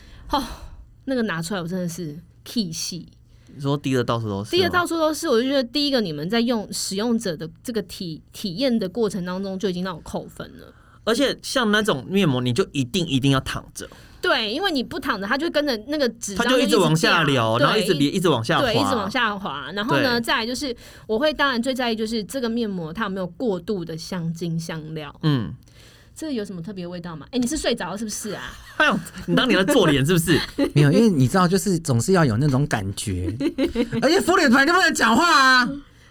S3: 那个拿出来我真的是 K 系，
S2: 你说滴的到处都是吗，啊
S3: 滴的到处都是。我就觉得第一个，你们在用使用者的这个体体验的过程当中，就已经让我扣分了。
S2: 而且像那种面膜，你就一定一定要躺着，
S3: 对，因为你不躺着，它就跟着那个纸
S2: 它
S3: 张
S2: 就
S3: 一
S2: 一直往下流，
S3: 掉
S2: 然后一直
S3: 对
S2: 一直往下滑，
S3: 对，一直往下滑。然后呢，
S2: 对
S3: 再来就是，我会当然最在意就是这个面膜它有没有过度的香精香料，
S2: 嗯， (laughs)
S3: 这个有什么特别味道吗？哎，你是睡着了是不是啊？
S2: 哎呦，你当年在做脸是不
S3: (laughs)
S2: 是？
S4: 没有，因为你知道，就是总是要有那种感
S2: (laughs)
S4: 觉，而且敷脸团就不能讲话啊。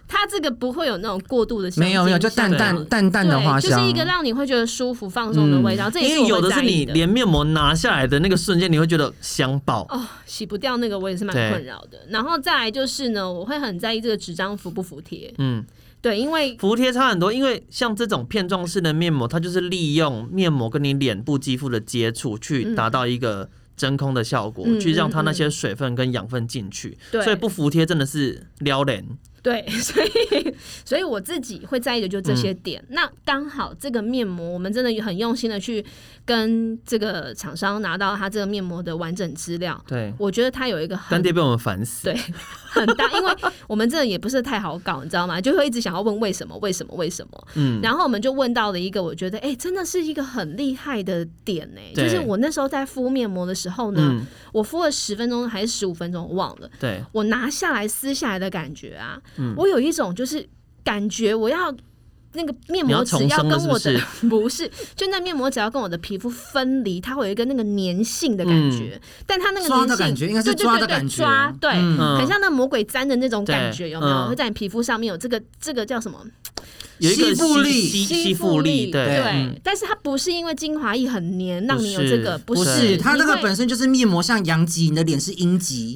S3: 它这个不会有那种过度的香精
S4: 没有没有，就
S3: 香
S4: 淡
S3: 料
S4: 淡淡淡的花
S3: 对，就
S4: 香，嗯
S3: 是一个让你会觉得舒服放松的味道。这也
S2: 因
S3: 是
S2: 为
S3: 我
S2: 有
S3: 会
S2: 的
S3: 在
S2: 是
S3: 意
S2: 你连面膜拿下来的那个瞬间，你会觉得香爆。
S3: 哦洗不掉那个，我也是蛮
S2: 对
S3: 困扰的。然后再来就是呢，我会很在意这个纸张服不服帖。
S2: 嗯，
S3: 对，因为
S2: 服帖差很多，因为像这种片状式的面膜，它就是利用面膜跟你脸部肌肤的接触，去达到一个真空的效果，
S3: 嗯
S2: 去让它那些水分跟养分进去。
S3: 对
S2: 所以不服帖真的是撩人。
S3: 对，所以 (laughs) 所以我自己会在意的就这些点。
S4: 嗯
S3: 那刚好这个面膜，我们真的很用心的去跟这个厂商拿到它这个面膜的完整资料。
S2: 对，
S3: 我觉得它有一个
S2: 干
S3: 很
S2: 爹被我们烦死。
S3: 对很大，因为我们这也不是太好搞，你知道吗？就会一直想要问为什么，为什么，为什么。
S2: 嗯，
S3: 然后我们就问到了一个，我觉得哎、诶真的是一个很厉害的点呢、
S2: 对
S3: 就是我那时候在敷面膜的时候呢，
S2: 嗯，
S3: 我敷了十分钟还是十五分钟，我忘了。
S2: 对，
S3: 我拿下来撕下来的感觉啊，
S2: 嗯
S3: 我有一种就是感觉我要。那个面
S2: 你
S3: 膜
S2: 要
S3: 只
S2: 重
S3: 要
S2: 生
S3: 跟
S2: 了
S3: 我
S2: 是
S3: 的 (laughs) 不是，就那面膜只要跟我的皮肤分离，它会有一个那个粘性的感
S2: 嗯
S3: 觉，但它那个
S4: 抓
S3: 粘
S4: 的
S3: 性
S4: 感觉应该是
S3: 对对
S4: 抓的
S3: 对对
S4: 感觉
S3: 抓对，
S2: 嗯
S3: 很像那魔鬼粘的那种感
S2: 对
S3: 觉，有没有？
S2: 嗯
S3: 会在你皮肤上面有这个这个叫什么
S2: 有一个
S4: 吸附力
S2: 吸吸吸附力，对，
S4: 对
S2: 嗯
S3: 但是它不是因为精华液很黏让你有
S2: 不是
S3: 这个，
S2: 不
S3: 是
S2: 是
S4: 是它那
S3: 你
S4: 个
S3: 会
S4: 本身就是面膜，像阳极，你的脸是
S2: (laughs)
S4: 阴极，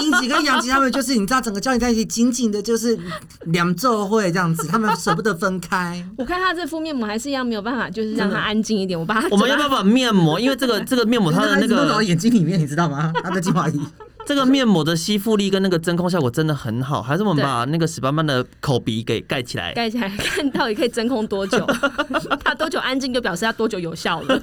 S4: 阴极跟阳极他们就是你知道，整个教你在一起紧紧的，就是两奏会这样子，他们舍不得分
S2: (laughs)
S4: 开。
S3: 我看它这敷面膜还是一样没有办法，就是让它安静一点。我把它
S2: (laughs) 我们要不要
S3: 把
S2: 把面膜？因为
S3: (laughs)
S2: 这个这个面膜它的那
S4: 一直弄到
S2: 个
S4: 眼睛里面，你知道吗？他的
S2: (laughs)
S4: 精华液，
S2: 这个面膜的吸附力跟那个真空效果真的很好，还是我们
S3: 对
S2: 把那个史斑斑的口鼻给盖起来？
S3: (laughs) 盖起来，看到底可以真空多久？ (laughs) 它多久安静就表示它多久有效了。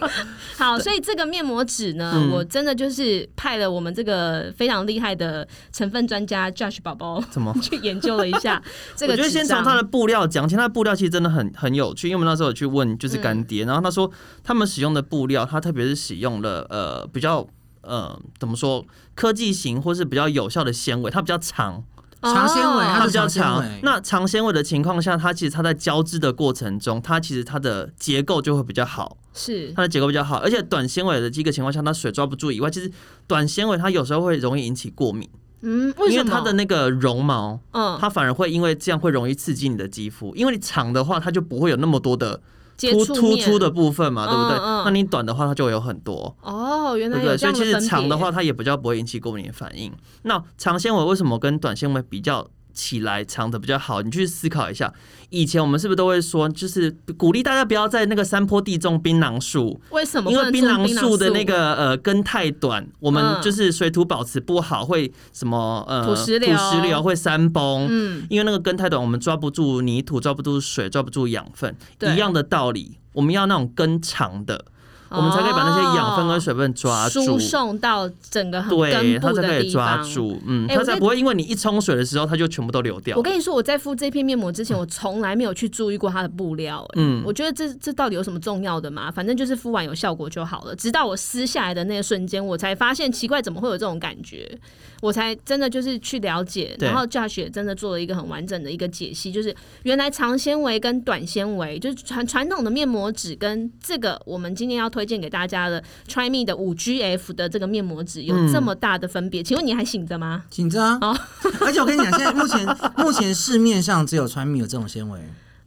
S3: (laughs) 好，所以这个面膜纸呢，
S2: 嗯
S3: 我真的就是派了我们这个非常厉害的成分专家 Josh 宝宝？
S2: 怎么
S3: (laughs) 去研究了一
S2: (laughs)
S3: 下这
S2: 我
S3: 个
S2: 觉
S3: 纸张。
S2: 得先从它的布料讲起，它的布料其实真的很很有趣，因为我们那时候有去问就是干
S3: 嗯
S2: 爹，然后他说他们使用的布料，它特别是使用了呃比较呃怎么说科技型或是比较有效的纤维，它比较长，
S3: 哦
S4: 长纤维它
S2: 它
S3: 啊
S4: 是
S2: 比较
S4: 长
S2: 长
S4: 纤维。
S2: 那长纤维的情况下，它其实它在交织的过程中，它其实它的结构就会比较好，
S3: 是
S2: 它的结构比较好。而且短纤维的这个情况下，它水抓不住以外，其实短纤维它有时候会容易引起过敏，
S3: 嗯，为
S2: 因
S3: 什
S2: 为
S3: 么
S2: 它的那个绒毛，
S3: 嗯
S2: 它反而会因为这样会容易刺激你的肌肤，因为你长的话，它就不会有那么多的
S3: 接
S2: 突
S3: 触
S2: 突
S3: 面
S2: 出的部分嘛，对不对？
S3: 嗯嗯
S2: 那你短的话，它就会有很多。
S3: 哦，原
S2: 对
S3: 来
S2: 不
S3: 有
S2: 对？所以
S3: 这样
S2: 其
S3: 的
S2: 实
S3: 分别
S2: 长的话，它也比较不会引起过敏的反应。那长纤维为什么跟短纤维比较起来长的比较好？你去思考一下。以前我们是不是都会说，就是鼓励大家不要在那个山坡地种槟榔树，
S3: 为什么
S2: 因
S3: 不
S2: 为
S3: 能
S2: 槟
S3: 种
S2: 榔
S3: 榔
S2: 树的那个呃根太短，我们
S3: 嗯
S2: 就是水土保持不好，会什么呃
S3: 土石流
S2: 土石流会山崩。
S3: 嗯
S2: 因为那个根太短，我们抓不住泥土，抓不住水，抓不住养分，
S3: 对
S2: 一样的道理，我们要那种根长的，我们才可以把那些养分跟水分抓住
S3: 哦输，送到整个很
S2: 对，
S3: 根
S2: 它
S3: 部
S2: 才可
S3: 的
S2: 以
S3: 地
S2: 抓
S3: 方。
S2: 住，嗯，
S3: 哎
S2: 它
S3: 我
S2: 才
S3: 在
S2: 不会因为你一冲水的时候，它就全部都流掉
S3: 我。跟你说，我在敷这片面膜之前，我从来没有去注意过它的布料、哎
S2: 嗯
S3: 我觉得这这到底有什么重要的吗？反正就是敷完有效果就好了。直到我撕下来的那个瞬间，我才发现奇怪，怎么会有这种感觉？我才真的就是去了解，
S2: 对
S3: 然后 Josh 也真的做了一个很完整的一个解析，就是原来长纤维跟短纤维，就是传传统的面膜纸跟这个我们今天要推荐给大家的 Try Me 的五 GF 的这个面膜纸有
S2: 嗯
S3: 这么大的分别。请问你还醒着吗？
S4: 紧张
S3: 哦，
S4: 而且我跟你讲，现在目前目前市面上只有川米有这种纤维，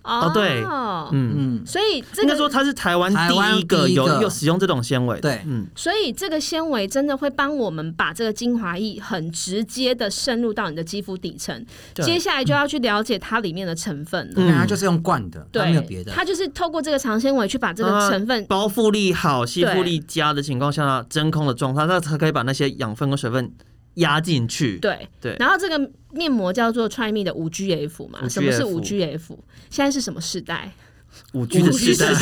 S2: 哦对嗯，
S4: 嗯，
S3: 所以这
S2: 应该
S3: 个
S2: 说它是台湾
S4: 台湾
S2: 第一个
S4: 第一
S2: 有
S4: 个
S2: 有使用这种纤维的，
S4: 对
S2: 嗯，
S3: 所以这个纤维真的会帮我们把这个精华液很直接的渗入到你的肌肤底层，
S2: 对
S3: 接下来就要去了解它里面的成分了。
S2: 嗯
S4: 对，它就是用灌的，它
S3: 对，
S4: 没有别的。
S3: 它就是透过这个长纤维去把这个
S2: 啊
S3: 成分，
S2: 包覆力好，吸附力佳的情况下，真空的状态，它才可以把那些养分跟水分压进去。
S3: 对
S2: 对
S3: 然后这个面膜叫做 Try Me 的五 GF 嘛，
S2: 5GF
S3: 什么是五 GF？现在是什么时代？ (laughs)
S2: 五 G 的时代，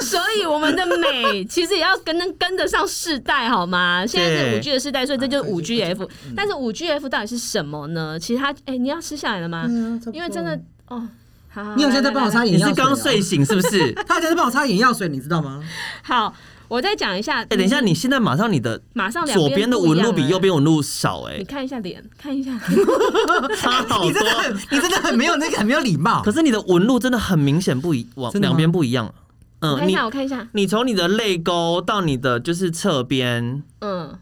S3: 所以我们的美其实也要跟跟得上世代，好吗？现在是五 G 的世代，所以这就是五 GF。但是五 GF 到底是什么呢？其实它，哎、你要吃下来了吗？因为真的，哦，好好，
S4: 嗯你有
S3: 来
S4: 现在
S3: 来
S4: 帮我
S3: 来
S4: 擦眼
S2: (laughs) 你
S4: 药
S2: 是
S4: 水、啊
S2: 刚睡，醒是不
S3: (laughs)
S2: 是？
S4: 他现在帮我擦眼药水，你知道吗？
S3: 好，我再讲一下。
S2: 哎、等一下，，你现在马上你的
S3: 马上两
S2: 左边的
S3: 不一
S2: 纹
S3: 样
S2: 路比
S3: 了
S2: 右。边纹路少、
S3: 你看一下脸，
S2: (laughs)
S3: 看一下，嗯
S2: 哎， (laughs) 差
S3: (laughs)
S2: 好
S4: 你真的
S2: 多。
S4: 很，你真的很没有那个，很没有礼貌。
S2: 可是你的纹路真的很明显不一，往
S4: 真的吗
S2: 两边不一样。
S3: 我
S2: 嗯，
S3: 看一
S2: 你
S3: 下，我看一下，
S2: 你从你的泪沟到你的就是侧边
S3: 嗯，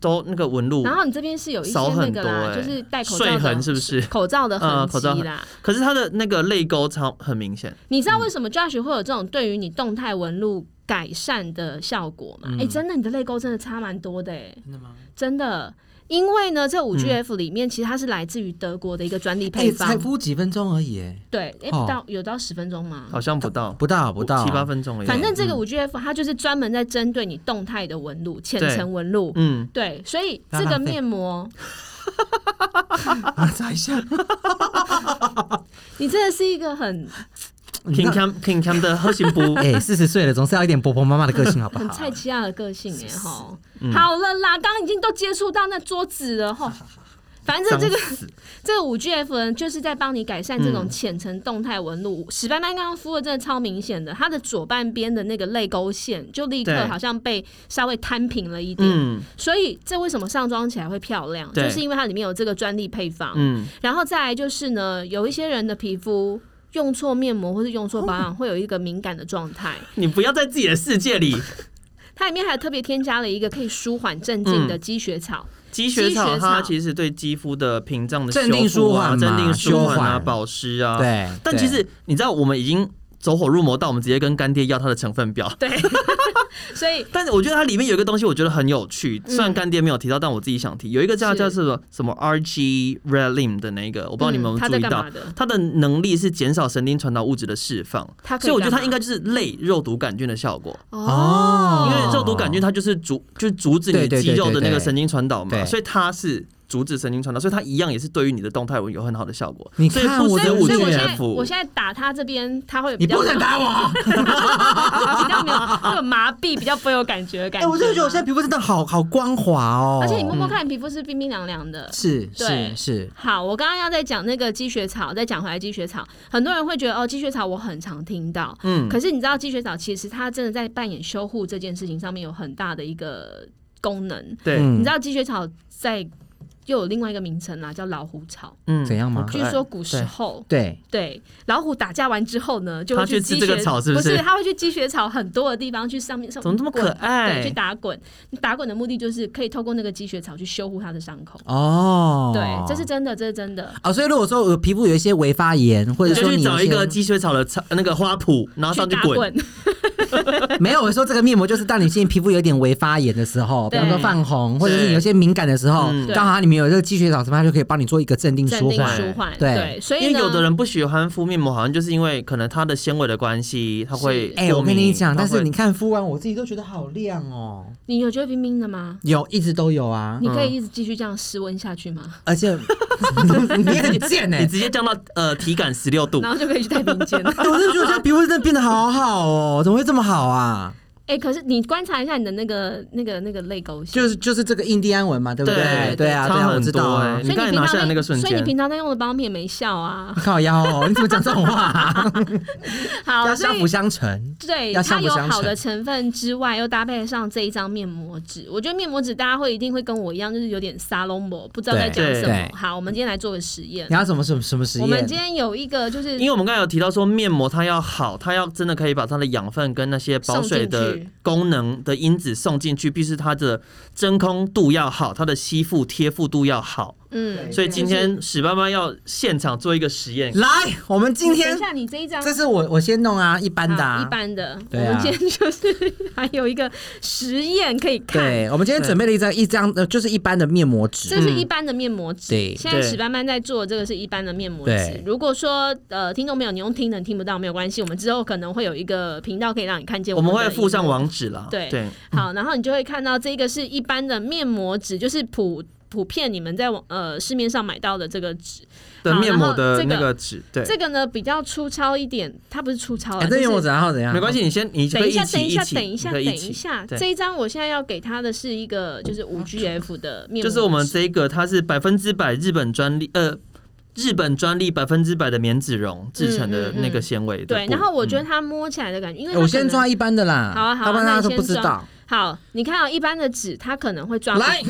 S2: 都那个纹路
S3: 然，后你这边是有一些
S2: 哦少
S3: 那
S2: 很
S3: 个
S2: 多
S3: 啦，
S2: 哎
S3: 就是戴口罩
S2: 睡
S3: 的
S2: 痕是不是？
S3: (laughs) 口罩的
S2: 呃
S3: 痕
S2: 口罩
S3: 迹
S2: 痕
S3: 啦。
S2: 可是它的那个泪沟超很明显，
S3: 你知道为什么 Josh 会有这种对于你动态纹路改善的效果
S2: 嗯
S3: 吗？哎、真的，你的泪沟真的差蛮多的、哎，
S4: 真的吗？
S3: 真的。因为呢，这
S2: 嗯
S3: 五 GF 里面其实它是来自于德国的一个专利
S4: 哎，
S3: 配方，
S4: 才敷几分钟而已，哎
S3: 对，哎、
S4: 哦
S3: 不到有到十分钟吗？
S2: 好像不到
S4: 不到啊不到
S2: 七八。分钟而已。
S3: 反正这个五 GF 它就是专门在针对你动态的纹路、浅层纹路，
S2: 嗯，
S3: 对，所以
S4: 不要
S3: 这个
S4: 浪费
S3: 面膜，
S2: 啊
S4: 我查一下，
S3: 你真的是一个很
S2: King Cam King Cam 的核心部
S4: (laughs) 哎，四十岁了，总是要一点婆婆妈妈的个性，好不
S2: 啊
S3: 很 (laughs)
S4: 好？
S3: 菜奇亚的个性哎哈。
S2: 嗯
S3: 好了啦，刚刚已经都接触到那桌子
S2: (laughs)
S3: 了哈。反正
S2: 脏
S3: 这个
S2: 死。
S3: (laughs) 这五 GF 呢，就是在帮你改善这种
S2: 嗯
S3: 浅层动态纹路。史班班刚刚敷的真的超明显的，它的左半边的那个泪沟线就立刻
S2: 对
S3: 好像被稍微摊平了一点，
S2: 嗯
S3: 所以这为什么上妆起来会漂亮，
S2: 对
S3: 就是因为它里面有这个专利配方。
S2: 嗯，
S3: 然后再来就是呢，有一些人的皮肤用错面膜或是用错
S4: 哦
S3: 保养，会有一个敏感的状态。
S2: 你不要在自己的世界里。
S3: 它里面还有特别添加了一个可以舒缓镇静
S4: 嗯
S3: 的积雪
S4: (laughs)
S3: 草，
S2: 积雪草
S3: 积雪草
S2: 它其实对肌肤的屏障的
S4: 镇定
S2: 修复啊
S4: 舒缓嘛
S2: 镇定舒缓
S4: 舒
S2: 啊、
S4: 缓
S2: 保湿啊。，
S4: 对，
S2: 但其实你知道，我们已经走火入魔到我们直接跟干爹要它的成分表。
S3: 对， (laughs) 所以
S2: 但是我觉得它里面有一个东西，我觉得很有趣。虽然干爹没有提到，但我自己想提，有一个叫
S3: 嗯是
S2: 叫什么什么 RG Relim 的那个，我不知道你们有
S3: 嗯
S2: 没
S3: 它
S2: 有
S3: 在
S2: 注意
S3: 干
S2: 到
S3: 嘛，的？
S2: 它的能力是减少神经传导物质的释放，
S3: 它可
S2: 所以我觉得
S3: 干
S2: 它应该就是类肉毒杆菌的效果。
S4: 哦
S2: 因为肉毒杆菌它就是阻，就是阻止你
S4: 对对对
S2: 肌肉的那
S4: 对
S2: 个
S4: 对
S2: 神经传导嘛，
S4: 对
S2: 所以它是阻止神经传导，所以它一样也是对于你的动态纹有很好的效果。
S4: 你
S2: 所以
S4: 看
S2: 不
S4: 我
S2: 止
S4: 的
S3: 所以
S2: 五
S3: 所以
S2: G
S3: 我现在我
S2: F，
S3: 现在打它这边，它会有比
S4: 你
S3: 较
S4: 不能打我。
S3: (laughs) 比较没有那个麻痹，比较不会有感觉的感
S4: 哎、
S3: 觉。
S4: 我真的觉得我现在皮肤真的好好光滑哦，
S3: 而且你摸摸看，你皮肤是冰冰凉凉的。
S4: 是
S3: 对
S4: 是是，
S3: 好，我刚刚要再讲那个积雪草，再讲回来积雪草，很多人会觉得哦，积雪草我很常听到，
S2: 嗯
S3: 可是你知道积雪草其实它真的在扮演修护这件事情上面有很大的一个功能。
S2: 对，
S4: 嗯
S3: 你知道积雪草在又有另外一个名称啦，叫老虎草。
S2: 嗯
S4: 怎样吗
S2: 很可
S3: 据
S2: 爱
S3: 说古时候，
S4: 对，
S3: 对老虎打架完之后呢，就会
S2: 它去
S3: 积
S2: 吃这个
S3: 雪
S2: 草是不
S3: 不
S2: 是
S3: 它会去积雪草很多的地方去上面，
S2: 怎么这么可
S3: 滚对，去
S2: 爱？
S3: 打滚。你打滚的目的就是可以透过那个积雪草去修护它的伤口。
S4: 哦，
S3: 对，这是真的，这是真的。
S4: 啊、所以如果说我皮肤有一些微发炎，或者
S2: 就
S4: 说
S2: 去
S4: 你
S2: 找
S4: 有
S2: 一个
S4: 些
S2: 积雪草的草那个花圃，然后上去啊
S3: 打
S2: 滚。
S3: 滚，
S4: 没有，我说这个面膜就是当你现在皮肤有点微发炎的时候，比
S3: 对
S4: 方说泛红，或者是你有些敏感的时候
S2: 嗯，
S3: 对
S4: 刚好它里面有这个积雪草什么，它就可以帮你做一个镇定
S3: 镇
S4: 舒
S3: 定
S4: 缓。
S3: 舒缓。
S4: 对
S3: 对，所以
S2: 因为
S3: 呢，
S2: 有的人不喜欢敷面膜，好像就是因为可能它的纤维的关系，它会
S3: 是
S4: 哎、
S2: 过
S4: 我跟
S2: 敏
S4: 你讲，
S2: 它
S4: 但是
S2: 会
S4: 你看敷完我自己都觉得好亮哦，
S3: 你有觉得冰冰的吗？
S4: 有一直都有啊，
S3: 你可以一直继续这样室温下去吗？
S4: 而且 (laughs) 你很贱哎、
S2: 你直接降到呃体感十六度
S3: 然，后就可以去太平间。
S4: 哎我真的觉得我现在皮肤真的变得好好哦，怎么会这么好啊？
S3: 哎，可是你观察一下你的那个、那个、那个泪沟线，
S4: 就是就是这个印第安文嘛，对不
S2: 对
S4: 对啊，对
S2: 差
S4: 啊，
S2: 很
S4: 我知道
S2: 多
S4: 啊
S2: 欸。
S3: 所以
S2: 你刚才
S3: 平
S2: 拿
S3: 常
S2: 下来那个瞬
S3: 所以你
S2: 间
S3: 平常在用的保养品也没效啊。
S4: 靠腰哦，你怎么讲这种 (laughs) 话啊？
S3: 好，
S4: (laughs) 要
S3: 所
S4: 相
S3: 以
S4: 辅相成。
S3: 对，它
S4: 要相辅
S3: 有
S4: 相
S3: 好的
S4: 成
S3: 成分之外，又搭配上这一张面膜纸。我觉得面膜纸大家会一定会跟我一样，就是有点沙龙膜，不知道在讲
S2: 对
S3: 什么
S4: 对。
S3: 好，我们今天来做个实验
S4: 你。要什么什么什么实
S3: 我们今
S4: 验？
S3: 天有一个就是
S2: 因为我们刚才有提到说，面膜它要好，它要真的可以把它的养分跟那些保水
S3: 送
S2: 的
S3: 进去
S2: 功能的因子送进去，必须它的真空度要好，它的吸附贴附度要好。
S3: 嗯，
S2: 所以今天史妈妈要现场做一个实验，
S4: 来，我们今
S3: 等
S4: 天
S3: 一下你这一张
S4: 这是我我先弄啊，一般的、
S3: 好
S4: 啊，
S3: 啊一般的，
S4: 对
S3: 我
S4: 啊
S3: 们今天就是还有一个实验可以看。
S4: 对，我们今天准备了一张一张呃，就是一般的面膜纸
S3: 这。是一般的面膜纸，
S4: 对
S3: 现在
S2: 对
S3: 史班班在做这个是一般的面膜纸
S4: 对。
S3: 如果说呃听众朋友你用听的听不到没有关系，我们之后可能会有一个频道可以让你看见
S2: 我们
S3: 们
S2: 会
S3: 的
S2: 附上
S3: 荧幕
S2: 网址啦。
S3: 对
S2: 对，
S3: 好，然后你就会看到这个是一般的面膜纸，就是普普遍你们在网呃市面上买到的这个纸。
S2: 的
S3: 好
S2: 面
S3: 然后
S2: 膜的
S3: 这
S2: 那
S3: 个
S2: 个纸，对，
S3: 这个呢比较粗糙一点，它不是粗糙啊，
S4: 哎，
S3: 就
S4: 这面膜
S3: 是
S4: 纸然后怎样？
S2: 没关系，你先你
S3: 等
S2: 可
S3: 一
S2: 以
S3: 下，
S2: 一
S3: 等
S2: 起
S3: 一
S2: 一
S3: 下，
S2: 起，
S3: 等一下，
S2: 你可
S3: 等
S2: 以一
S3: 一
S2: 起，
S3: 下，这
S2: 对，
S3: 一张我现在要给他的是一个就是五 GF 的面膜纸，
S2: 就是我们这个它是百分之百日本专利，呃，日本专利百分之百的棉子绒制成的
S3: 嗯嗯嗯
S2: 那个纤维的布。
S3: 对。然后我觉得
S2: 嗯
S3: 它摸起来的感觉，因为
S4: 哎，
S3: 它
S4: 我
S3: 可
S4: 先
S3: 能
S4: 抓一般的啦，
S3: 好啊好啊
S4: 要不然
S3: 那
S4: 大
S3: 你
S4: 家都不
S3: 先
S4: 知
S3: 抓
S4: 道。
S3: 好，你看哦到一般的纸，它可能会抓不 (laughs)
S4: 来，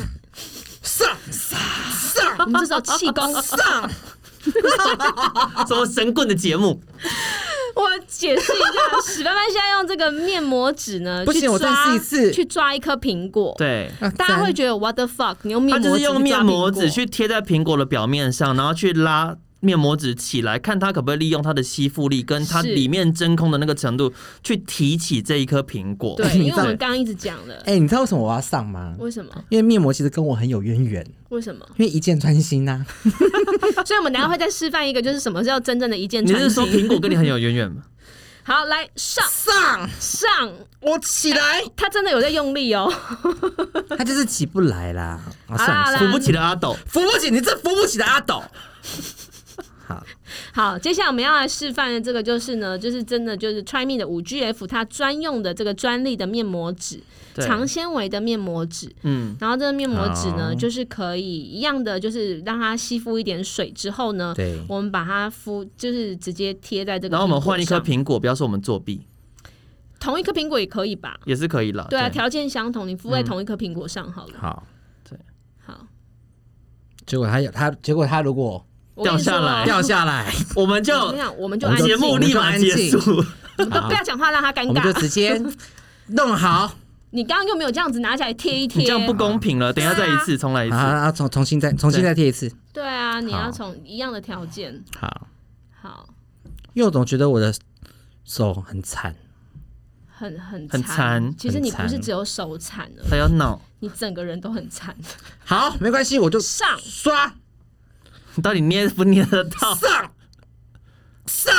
S4: 上上上
S3: 我们这时候气功
S4: 上，
S2: 什么嗯神棍的节目，
S3: 嗯我解释一下，史班班现在用这个面膜纸呢，
S4: 不行
S3: 去
S4: 我再
S3: 抓
S4: 试一次
S3: 去抓一颗苹果。
S2: 对。
S4: 啊
S3: (laughs) 大家会
S4: 赞
S3: 觉得 what the fuck？你用面
S2: 它
S3: 膜
S2: 就是用面膜纸
S3: 纸
S2: 去贴在苹果的表面上，然后去拉面膜纸起来，看它可不可以利用它的吸附力跟它
S3: 是
S2: 里面真空的那个程度去提起这一颗苹果。 (laughs)
S3: 抓苹果对，因为我们
S2: 对
S3: 刚刚一直讲了，
S4: 哎，你知道为什么我要上吗？
S3: 为什么？
S4: 因为面膜其实跟我很有渊源，
S3: 为什么？ (laughs)
S4: 因为一箭穿心啊呐。
S3: 所以我们等一下会再示范一个，就是什么叫真正的一键
S2: 你
S3: 穿
S2: 是说
S3: 心。
S2: 苹果跟你很有渊源吗？
S3: 好，来上
S4: 上，
S3: 上，
S4: 我
S3: (laughs)
S4: 起来，
S3: 他真的有在用力哦。 (laughs)
S4: 他就是起不来啦。啊
S3: 好啦 (laughs) 好
S4: 上
S3: 啦
S2: 扶不起的阿斗，
S4: 扶不起，你这扶不起的阿斗。好，
S3: 好，接下来我们要来示范的这个就是呢，就是真的就是 Try Me 的五 GF 它专用的这个专利的面膜纸，
S2: 对
S3: 长纤维的面膜纸。
S2: 嗯，
S3: 然后这个面膜纸呢，
S4: 好
S3: 就是可以一样的，就是让它吸附一点水之后呢，
S4: 对
S3: 我们把它敷，就是直接贴在这个。
S2: 然后我们换一颗，苹果，不要说我们作弊，
S3: 同一颗苹果也可以吧？
S2: 也是可以啦。
S3: 对啊，
S2: 对嗯
S3: 条件相同，你敷在同一颗苹果上好了。
S4: 好，
S3: 好，
S4: 结果他有他，结果他如果
S3: 我跟你说
S2: 掉下来
S3: 哦
S4: 掉下来，
S2: 我们
S3: 我跟
S2: 就
S3: 你讲，我们就
S4: 我
S3: 安
S4: 们
S3: 静，
S2: 啊节目立马结束。 (laughs)
S3: 我们都不要讲话，让他尴
S4: 我们就
S3: 尬。
S4: 直接弄 (laughs) 好，
S3: 你刚刚又没有这样子拿起来贴一贴，
S2: 你这样不公平了，等
S3: 啊
S2: 一下再一次，重来一
S4: 好，
S2: 次。
S4: 啊，重重新再重新再贴一次。
S3: 对啊，你要
S4: 好
S3: 从一样的条件。
S4: 好，
S3: 好，
S4: 因为我总觉得我的手很惨，
S3: 很很
S2: 很
S3: 惨。
S2: 残
S3: 其实你
S4: 很
S3: 不是
S4: 残
S3: 只有手惨了，
S2: 还要闹，
S3: 你整个人都很惨。
S4: 好，没关系，我就
S3: 上
S4: 刷
S2: 你到底捏不捏得到？
S4: 上上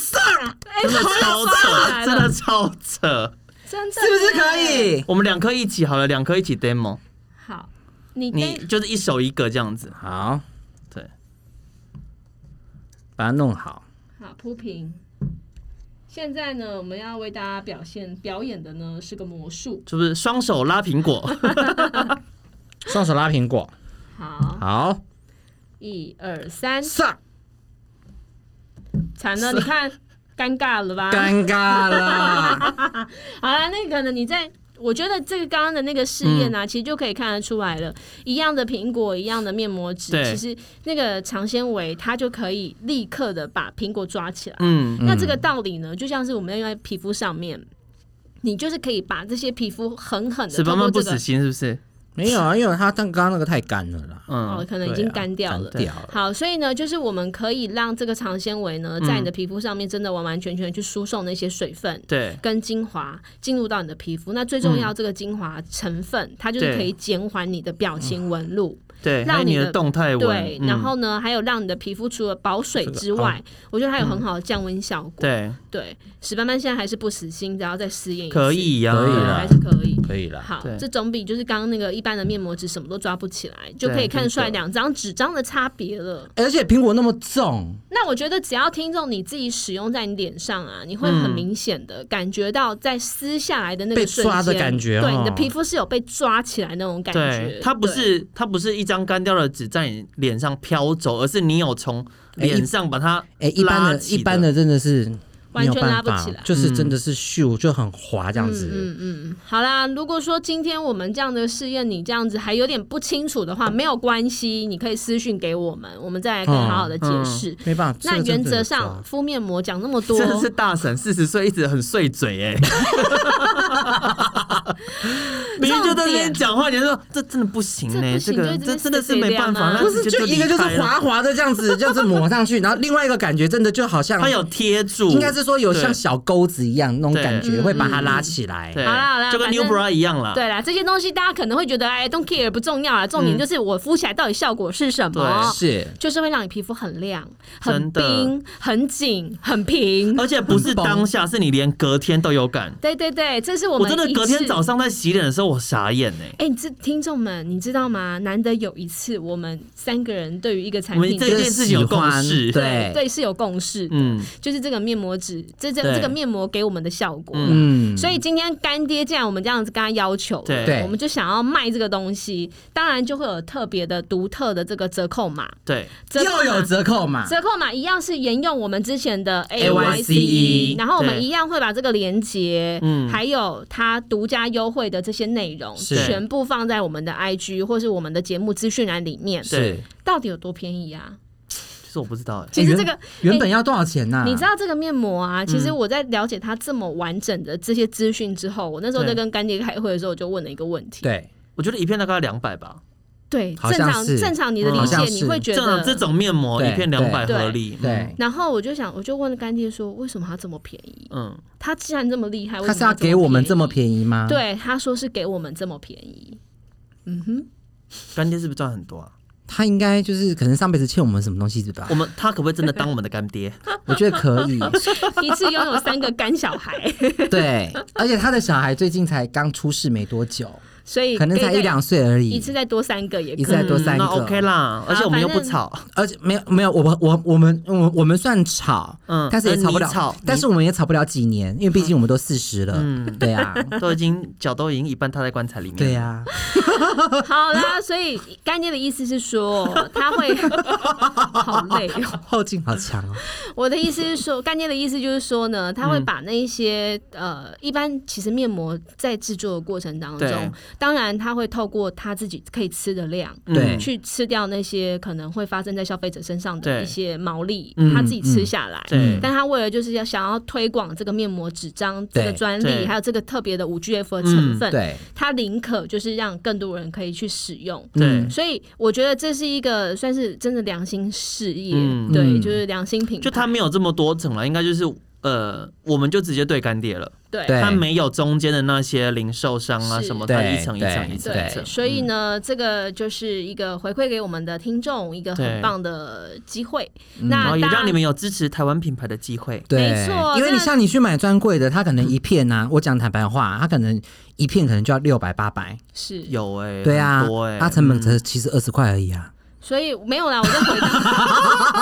S4: 上，
S2: (laughs) 真的
S3: 哎
S2: 超扯，
S3: 来了
S2: 真的超扯。
S3: 真的
S4: 是不是可
S3: 耶？
S4: 以？
S2: 我们两颗一起好了，两颗一起 demo，
S3: 好，你
S2: 你
S3: 跟
S2: 就是一手一个这样子。
S4: 好，
S2: 对，
S4: 把它弄好。
S3: 好铺平。现在呢，我们要为大家表现表演的呢是个魔术。
S2: 就是双手拉苹
S3: (laughs)
S2: 果，
S4: 双手拉苹果，
S3: 好，
S4: 好
S3: 一二三，
S4: 上，
S3: 惨了，你看尴尬了吧？
S4: 尴尬了。
S3: 好了，那个呢，你在。我觉得这个刚刚的那个试验
S2: 嗯
S3: 呢、啊，其实就可以看得出来了，一样的苹果，一样的面膜纸，
S2: 对
S3: 其实那个长纤维它就可以立刻的把苹果抓起来。
S2: 嗯，
S3: 那这个道理呢，就像是我们用在皮肤上面，你就是可以把这些皮肤狠狠的
S2: 死板板不
S3: 这个
S2: 死心是不是？
S4: (laughs) 没有啊，因为它但刚刚那个太干了啦，
S3: 哦
S2: 嗯，，
S3: 可能已经干掉
S4: 干
S3: 了。
S4: 掉了。
S3: 好，所以呢，就是我们可以让这个长纤维
S2: 嗯
S3: 呢，在你的皮肤上面真的完完全全去输送那些水分。
S2: 对，
S3: 跟精华进入到你的皮肤，那最重要这个精华成分，它就是
S2: 嗯对嗯
S3: 可以减缓你的表情纹路，
S2: 对，
S3: 让
S2: 还有
S3: 你
S2: 你的
S3: 的
S2: 动态
S3: 对
S2: 纹，，嗯
S3: 然后呢，还有让你的皮肤除了保水之外，
S2: 哦
S3: 我觉得还有
S2: 嗯
S3: 很好的降温效果。
S2: 对，
S3: 对，史班班现在还是不死心，只要再试验一次，
S2: 可以啊呀，
S4: 可以
S3: 对，
S4: 啦
S3: 还是可以。
S4: 可以了。
S3: 好
S2: 对，
S3: 这总比就是刚刚那个一般的面膜纸什么都抓不起来，就
S2: 对
S3: 可以看得
S2: 真
S3: 出来
S2: 的
S3: 两张纸张的差别了。
S4: 而且苹果那么重，
S3: 那我觉得只要听众你自己使用在你脸上啊，你会很明显的感觉到在撕下来的那个
S4: 嗯被
S3: 瞬
S4: 抓的
S3: 间
S4: 感觉
S3: 对，
S4: 哦
S3: 你的皮肤是有被抓起来那种感觉
S2: 对，。它不
S3: 对
S2: 是它不是一张干掉的纸在你脸上飘走，而是你有从脸上把它
S4: 哎，一般
S2: 拉
S4: 的
S2: 起
S4: 一般的真的是
S3: 完
S4: 没有
S3: 全拉
S4: 办
S3: 不
S4: 法
S3: 起来，
S4: 就是真的是咻就很滑这样子。
S3: 嗯嗯，好啦，如果说今天我们这样的试验你这样子还有点不清楚的话，没有关系，你可以私讯给我们，我们再来可以好好的解释。
S4: 没办法，
S3: 那
S4: 哦嗯这个真
S3: 原
S4: 的啊
S3: 则
S4: 有
S3: 上，
S4: 抓
S3: 敷面膜讲那么多，
S2: 真的是大婶四十岁一直很碎嘴哎，明明就在那边讲话，你就说这真的不行呢、
S3: 这不
S2: 这
S3: 行
S2: 个
S3: 就一直
S2: 这真的是
S3: 被
S2: 没办
S3: 谁
S2: 法，
S3: 晾啊
S2: 那
S4: 不是
S2: 直接
S4: 就一个就是
S2: 离开了，
S4: 滑滑的这样子， (laughs) 这样子抹上去，然后另外一个感觉真的就好像
S2: 它有贴住，
S4: 应该是说有
S2: 对
S4: 像小钩子一样那种
S2: 对嗯
S4: 感觉，
S3: 嗯
S4: 会把它拉起来。
S2: 对，
S3: 好啦好啦
S2: 就跟
S3: 反
S2: New
S3: 正
S2: Bra 一样啦。
S3: 对啦，这些东西大家可能会觉得哎，don't care 不重要啦，重点
S2: 嗯
S3: 就是我敷起来到底效果是什么
S2: 对，
S4: 是
S3: 就是会让你皮肤很亮、很
S2: 真的
S3: 冰、很紧、很平。 (laughs)
S2: 而且不是
S4: 很崩
S2: 当下，是你连隔天都有感。
S3: 对对对，这是我
S2: 我
S3: 们
S2: 真的
S3: 一
S2: 隔天
S3: 致
S2: 早上在洗脸的时候，我傻眼呢、
S3: 哎、你这听众们，你知道吗？难得有一次，我们三个人对于一个产
S2: 我们
S3: 品
S2: 这
S4: 就是
S2: 件事情有共识
S4: 喜欢对
S3: 对是有共识的，
S2: 嗯
S3: 就是这个面膜纸，这这
S2: 对
S3: 这个面膜给我们的效果。
S2: 嗯
S4: 嗯，
S3: 所以今天干爹既然我们这样子跟他要求了，
S2: 对
S4: 对
S3: 我们就想要卖这个东西，当然就会有特别的、独特的这个折扣码。
S2: 对，
S3: 折扣码
S4: 又有折扣嘛？
S3: 折扣码一样是沿用我们之前的
S4: AYCE
S3: 然后我们
S2: 对
S3: 一样会把这个链接，
S2: 嗯
S3: 还有它独家优惠的这些内容，
S4: 是
S3: 全部放在我们的 IG 或是我们的节目资讯栏里面。
S2: 对，
S3: 到底有多便宜啊？
S2: 其实我不知道哎、
S3: 其实这个、
S4: 哎原啊本要多少钱呢？
S3: 哎你知道这个面膜啊，其实
S2: 嗯
S3: 我在了解它这么完整的这些资讯之后，我那时候在
S2: 对
S3: 跟干爹开会的时候，我就问了一个问题。
S4: 对，
S2: 我觉得一片大概两百吧，
S3: 对，
S4: 好
S3: 正
S4: 像
S3: 常
S4: 是
S3: 正常你的
S2: 嗯
S3: 理
S2: 好
S3: 解
S4: 像，
S3: 你
S4: 是
S3: 会觉
S2: 这种
S3: 得
S2: 这种面膜
S4: 对
S2: 一片两百
S3: 对
S2: 合理，
S4: 对，
S3: 然后我就想，我就问干爹说，为什么它这么便宜？
S2: 嗯，
S3: 它既然这么厉害，为
S4: 他
S3: 什
S4: 是
S3: 么
S4: 要给我们这么
S3: 宜？
S4: 便宜吗？，
S3: 对，他说是给我们这么便宜。嗯哼，
S2: 干爹是不是赚很多啊？
S4: 他应该就是可能上辈子欠我们什么东西是吧
S2: 我？们他可不可以真的当我们的干爹？
S4: 我觉得可
S2: (laughs)
S4: 以，
S3: 一次拥有三个干小孩， (laughs)
S4: 对，而且他的小孩最近才刚出世没多久，
S3: 所以
S4: 可能才
S3: 以再
S4: 一两岁而已
S3: 一。次再多三个也
S4: 一
S3: 可
S4: 次再
S3: 以。
S4: (laughs) 多三
S2: 嗯那
S4: 个
S2: OK 啦，而且我们又不
S3: 反正
S4: (laughs)
S2: 吵，
S4: 而且没有没有，我们我我们我我们算吵，
S2: 嗯
S4: 但是也吵不
S2: 呃你吵
S4: 了
S2: 你，
S4: 但是我们也吵不了几年，因为毕竟我们都四十了，
S2: 嗯 (laughs)
S4: 对啊，
S2: 都已经脚都已经一半踏在棺材里面。
S4: 对、啊呀、
S3: 好啦，所以干爹的意思是说，他
S4: (laughs)
S3: 会好累哦。
S4: 后劲好强哦，
S3: 我的意思是说，干爹的意思就是说呢，他
S4: 嗯
S3: 会把那一些、呃，一般其实面膜在制作的过程当
S2: 对
S3: 中，当然他会透过他自己可以吃的量。
S2: 嗯
S4: 对
S3: 去吃掉那些可能会发生在消费者身上的
S2: 对
S3: 一些毛利
S2: 嗯，
S3: 他自己吃下来。
S4: 嗯
S2: 对
S3: 但他为了就是要想要推广这个面膜纸张、这
S4: 对
S3: 个专利，
S2: 对嗯
S3: 还有这个特别的五 GF 的成分，
S4: 对
S3: 他宁可就是让更多人可以去使用。
S2: 对
S4: 嗯
S3: 所以我觉得这是一个算是真的良心事业，
S2: 嗯
S3: 对，
S4: 嗯
S3: 就是良心品牌。
S2: 就他没有这么多层了，应该就是呃，我们就直接对干爹了，
S3: 对
S4: 对
S2: 他没有中间的那些零售商啊
S3: 是
S2: 什么，
S4: 对
S2: 他一层一层
S4: 对
S2: 一层一
S3: 对，
S2: 层。
S3: 所以呢，这个就是一个回馈给我们的听众一个很
S2: 对嗯
S3: 棒的机会。
S2: 然
S3: 那
S2: 后也
S3: 大家
S2: 让你们有支持台湾品牌的机会。
S4: 对，
S3: 没错
S4: 因为你
S3: 那
S4: 像你去买专柜的，他可能一片呢、
S2: 嗯
S4: 我讲坦白话，他可能一片可能就要六百八百，
S3: 是，
S2: 有哎、
S4: 对啊
S2: 很多哎、，
S4: 它成本只其实二十块而已啊，
S3: 所以没有啦，我在
S2: (laughs)
S3: 回答。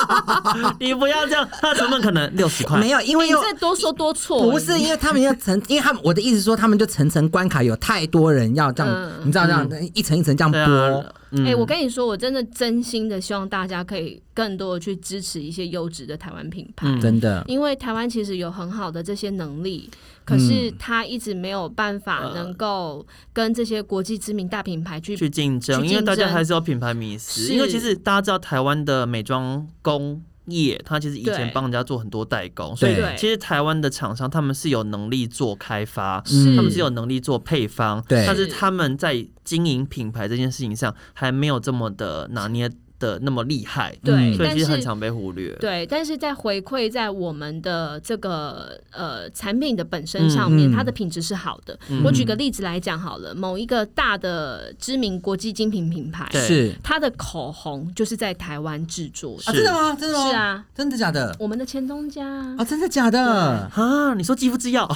S2: 你不要这样，它的成本可能六十块。
S4: 没有，因为
S3: 你
S4: 又
S3: 这多说多错，
S4: 不是因为他们要层， (laughs) 因为他们我的意思说，他们就层层关卡，有太多人要这样，
S3: 嗯
S4: 你知道这样、一层一层这样
S2: 对
S4: 剥，
S2: 啊，
S3: 哎、我跟你说，我真的真心的希望大家可以更多的去支持一些优质的台湾品牌，
S2: 嗯
S4: 真的。
S3: 因为台湾其实有很好的这些能力，可是它一直没有办法
S2: 嗯呃
S3: 能够跟这些国际知名大品牌去。
S2: 去竞争，
S3: 去
S2: 因为大
S3: 竞
S2: 家
S3: 争
S2: 还是有品牌迷思。
S3: 是
S2: 因为其实大家知道台湾的美妆工业，它其实以前
S3: 对
S2: 帮人家做很多代工，所以
S4: 对
S2: 其实台湾的厂商他们是有能力做开发，
S3: 是
S2: 他们是有能力做配方，
S4: 对
S2: 但是他们在经营品牌这件事情上还没有这么的拿捏的那么厉害，
S3: 对，
S4: 嗯
S2: 所以
S3: 但
S2: 其实很
S3: 是
S2: 常被忽略。
S3: 对，但是在回馈在我们的这个呃产品的本身上面，
S4: 嗯嗯
S3: 它的品质是好的。
S2: 嗯
S3: 我举个例子来讲好了，某一个大的知名国际精品品牌，
S2: 对
S4: 是
S3: 它的口红就是在台湾制作
S2: 是
S3: 的。
S4: 啊，真的吗？真的吗？
S3: 是啊，
S4: 真的假的？
S3: 我们的前东家啊
S4: 啊，真的假的？
S2: 啊！你说肌肤之钥，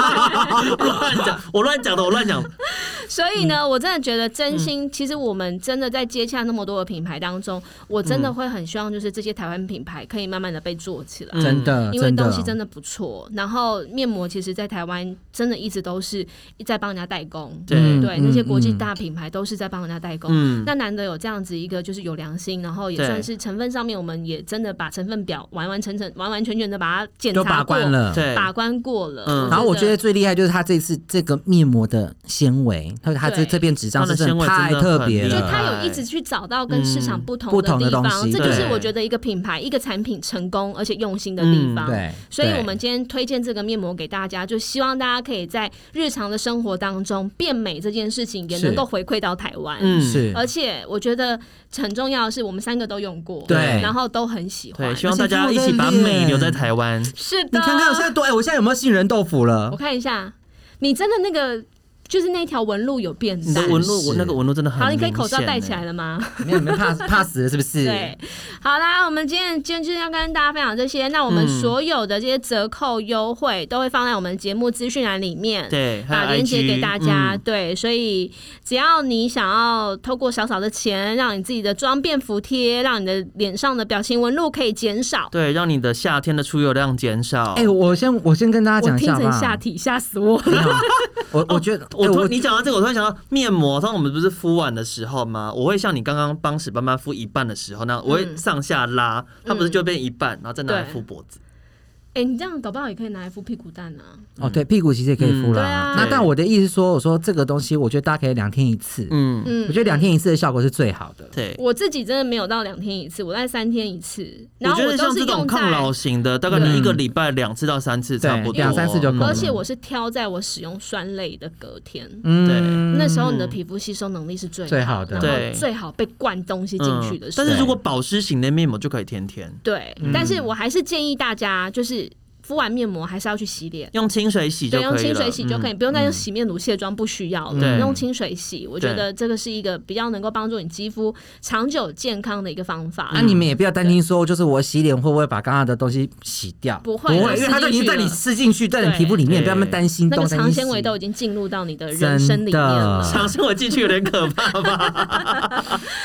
S2: 乱讲， (laughs) 我乱讲的，我乱讲。
S3: 所以
S4: 嗯
S3: 呢，我真的觉得真心，其实我们真的在接洽那么多的品牌当中，我真
S4: 嗯
S3: 的会很希望就是这些台湾品牌可以慢慢的被做起来。
S2: 嗯
S4: 真的，
S3: 因为东西
S4: 的
S3: 真的不错，然后面膜其实，在台湾真的一直都是在帮人家代工，
S2: 对
S3: 对，
S4: 嗯
S3: 那些国际
S4: 嗯
S3: 大品牌都是在帮人家代工。
S2: 嗯，
S3: 那难得有这样子一个就是有良心，然后也
S2: 对
S3: 算是成分上面，我们也真的把成分表完完整整、完完全全的把它检
S4: 都
S3: 查
S4: 把
S3: 过
S4: 关了。
S2: 对，
S3: 把关过了。
S2: 嗯
S4: 然后我觉得最厉害就是它这次这个面膜的纤维，它它这
S3: 对
S4: 这片纸张
S2: 它的
S4: 是真
S2: 纤维
S4: 的太
S2: 真的很
S4: 特别
S2: 厉
S3: 就
S2: 害
S4: 了，
S3: 他有一直去找到跟市场不同
S4: 不同的
S3: 地
S4: 东
S3: 方，
S4: 西
S3: 这就是
S2: 对
S3: 我觉得一个品牌、一个产品成功而且用心的地方。
S4: 嗯对，
S3: 所以，
S4: 对
S3: 我们今天推荐这个面膜给大家，就希望大家可以在日常的生活当中变美这件事情也
S4: 是
S3: 能够回馈到台湾。
S2: 嗯
S4: 是
S3: 而且我觉得很重要的是，我们三个都用过，
S4: 对
S3: 然后都很喜欢
S2: 对，。希望大家一起把美留在台湾。
S3: 是的，
S4: 你看看我现在多，哎，我现在有没有杏仁豆腐
S3: 我 (laughs)
S4: 了？
S3: 看一下，你真的那个就是那条纹路有变
S2: 你的
S3: 淡。
S2: 纹路，我那个纹路真的很
S3: 好，你
S2: 明
S3: 可
S2: 显
S3: 以口罩戴起
S2: 欸
S3: 来了吗？
S4: 你有没有怕怕死了？是不是？
S3: 对，好啦，我们今天今天就是要跟大家分享这些。那我们
S2: 嗯
S3: 所有的这些折扣优惠都会放在我们节目资讯栏里面。。
S2: 对，还
S3: 把
S2: 有
S3: 链接
S2: IG
S3: 给大家，
S2: 嗯
S3: 对，所以只要你想要透过少少的钱，让你自己的妆变服帖，让你的脸上的表情纹路可以减少。
S2: 对，让你的夏天的出油量减少。
S4: 哎，我先我先跟大家
S3: 我
S4: 讲一
S3: 听
S4: 下
S3: 成
S4: 吧。
S3: 下体，吓死我！
S2: (laughs)
S4: 没有我我觉得，
S2: 哦我
S4: 哎
S2: 突你讲到这个，我突然想到面膜，当我们不是敷完的时候吗？我会像你刚刚帮史斑斑敷一半的时候那样，我会上下拉，它不是就变一半，然后再拿来
S3: 嗯对
S2: 敷脖子。
S3: 哎、你这样搞不好也可以拿来敷屁股蛋啊。
S4: 哦，对，屁股其实也可以
S3: 嗯
S4: 敷
S3: 对啊
S4: 啦。那但我的意思是说，我说这个东西，我觉得大家可以两天一次。
S2: 嗯，
S3: 嗯，
S4: 我觉得两天一次的效果是最好的。
S2: 对。
S3: 我自己真的没有到两天一次，我在三天一次。然
S2: 我
S3: 后
S2: 觉得
S3: 都
S2: 像
S3: 是
S2: 这种
S3: 用在嗯
S2: 抗老型的，大概你一个礼拜两次到三次差不多，嗯
S4: 对两三次就够了
S3: 而且我是挑在我使用酸类的隔天，
S4: 嗯，
S3: 那时候你的皮肤吸收能力是最
S4: 最好的
S3: 然后
S2: 对
S3: 最好被灌东西进去的
S2: 嗯
S3: 时
S2: 但
S3: 候。
S2: 是如果保湿型的面膜就可以天天
S3: 对，但是我还是建议大家，就是敷完面膜还是要去洗脸。
S2: 用清水洗就
S3: 对，
S2: 可以
S3: 用
S2: 了，
S3: 清水洗就
S4: 嗯
S3: 可以，不用再用洗面乳卸妆，不需要了。
S2: 对
S3: 用清水洗，我觉
S2: 对
S3: 得这个是一个比较能够帮助你肌肤长久健康的一个方法。
S4: 啊那你们也不要担心说，就是我洗脸会不会把刚刚的东西洗掉？
S3: 不会它
S4: 会，因为
S3: 吃
S4: 它都已
S3: 进
S4: 经
S3: 去
S4: 在你
S3: 了
S4: 吃进去，在你
S3: 对
S4: 皮肤里面，不要那么
S2: 对
S4: 担心
S3: 那
S4: 东
S3: 个
S4: 西。
S3: 长纤维都已经进入到你的人生里面了。
S4: 真的
S2: 长生嗯我进去有点可
S3: (laughs)
S2: 怕吧，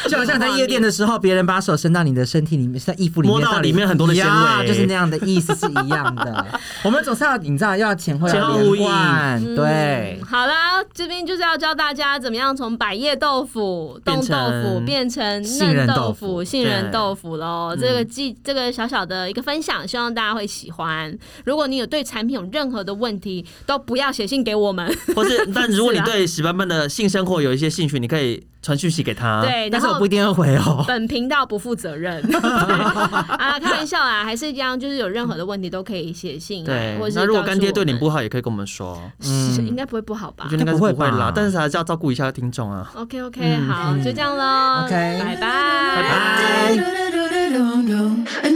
S4: 就好像在夜店的时候，别人把手伸到你的身体里面，是在衣服里面，
S2: 摸到里面很多的纤维
S4: 呀就是那样的意思是一样
S2: (laughs)
S4: 的。我们总是要你知道要前后
S2: 前后
S4: 要
S2: 呼
S4: 连
S2: 应
S4: 贯，对
S3: 嗯，。好啦，这边就是要教大家怎么样从百叶豆腐、冻
S2: 变
S3: 豆腐
S2: 成
S3: 变成
S4: 杏
S3: 嫩
S4: 仁
S3: 豆
S4: 豆
S3: 腐、
S4: 腐
S3: 杏仁
S2: 对
S3: 豆腐喽。这个记这个小小的一个分享，希望大家会喜欢。如果你有对产品有任何的问题，都不要写信给我们。
S2: 或是但如果你
S3: 是啊
S2: 对史斑斑的性生活有一些兴趣，你可以传讯息给他。
S3: 对，
S4: 但
S3: 然
S4: 是我
S3: 后
S4: 不一定会回哦。
S3: 本频道不负责任啊，开玩笑啦，还是一样，就是有任何的问题都可以写信来，
S2: 对
S3: 或者，是
S2: 那如果
S3: 告诉
S2: 干爹
S3: 我
S2: 对你
S3: 们
S2: 不好，也可以跟我们说。
S3: 是应该不会不好吧
S2: 我觉得应该是
S4: 啊不会
S2: 会啦
S4: 吧，
S2: 但是还是要照顾一下听众啊。
S3: ？OK OK，好，就这样喽
S4: OK
S3: 拜拜，拜
S1: 拜拜。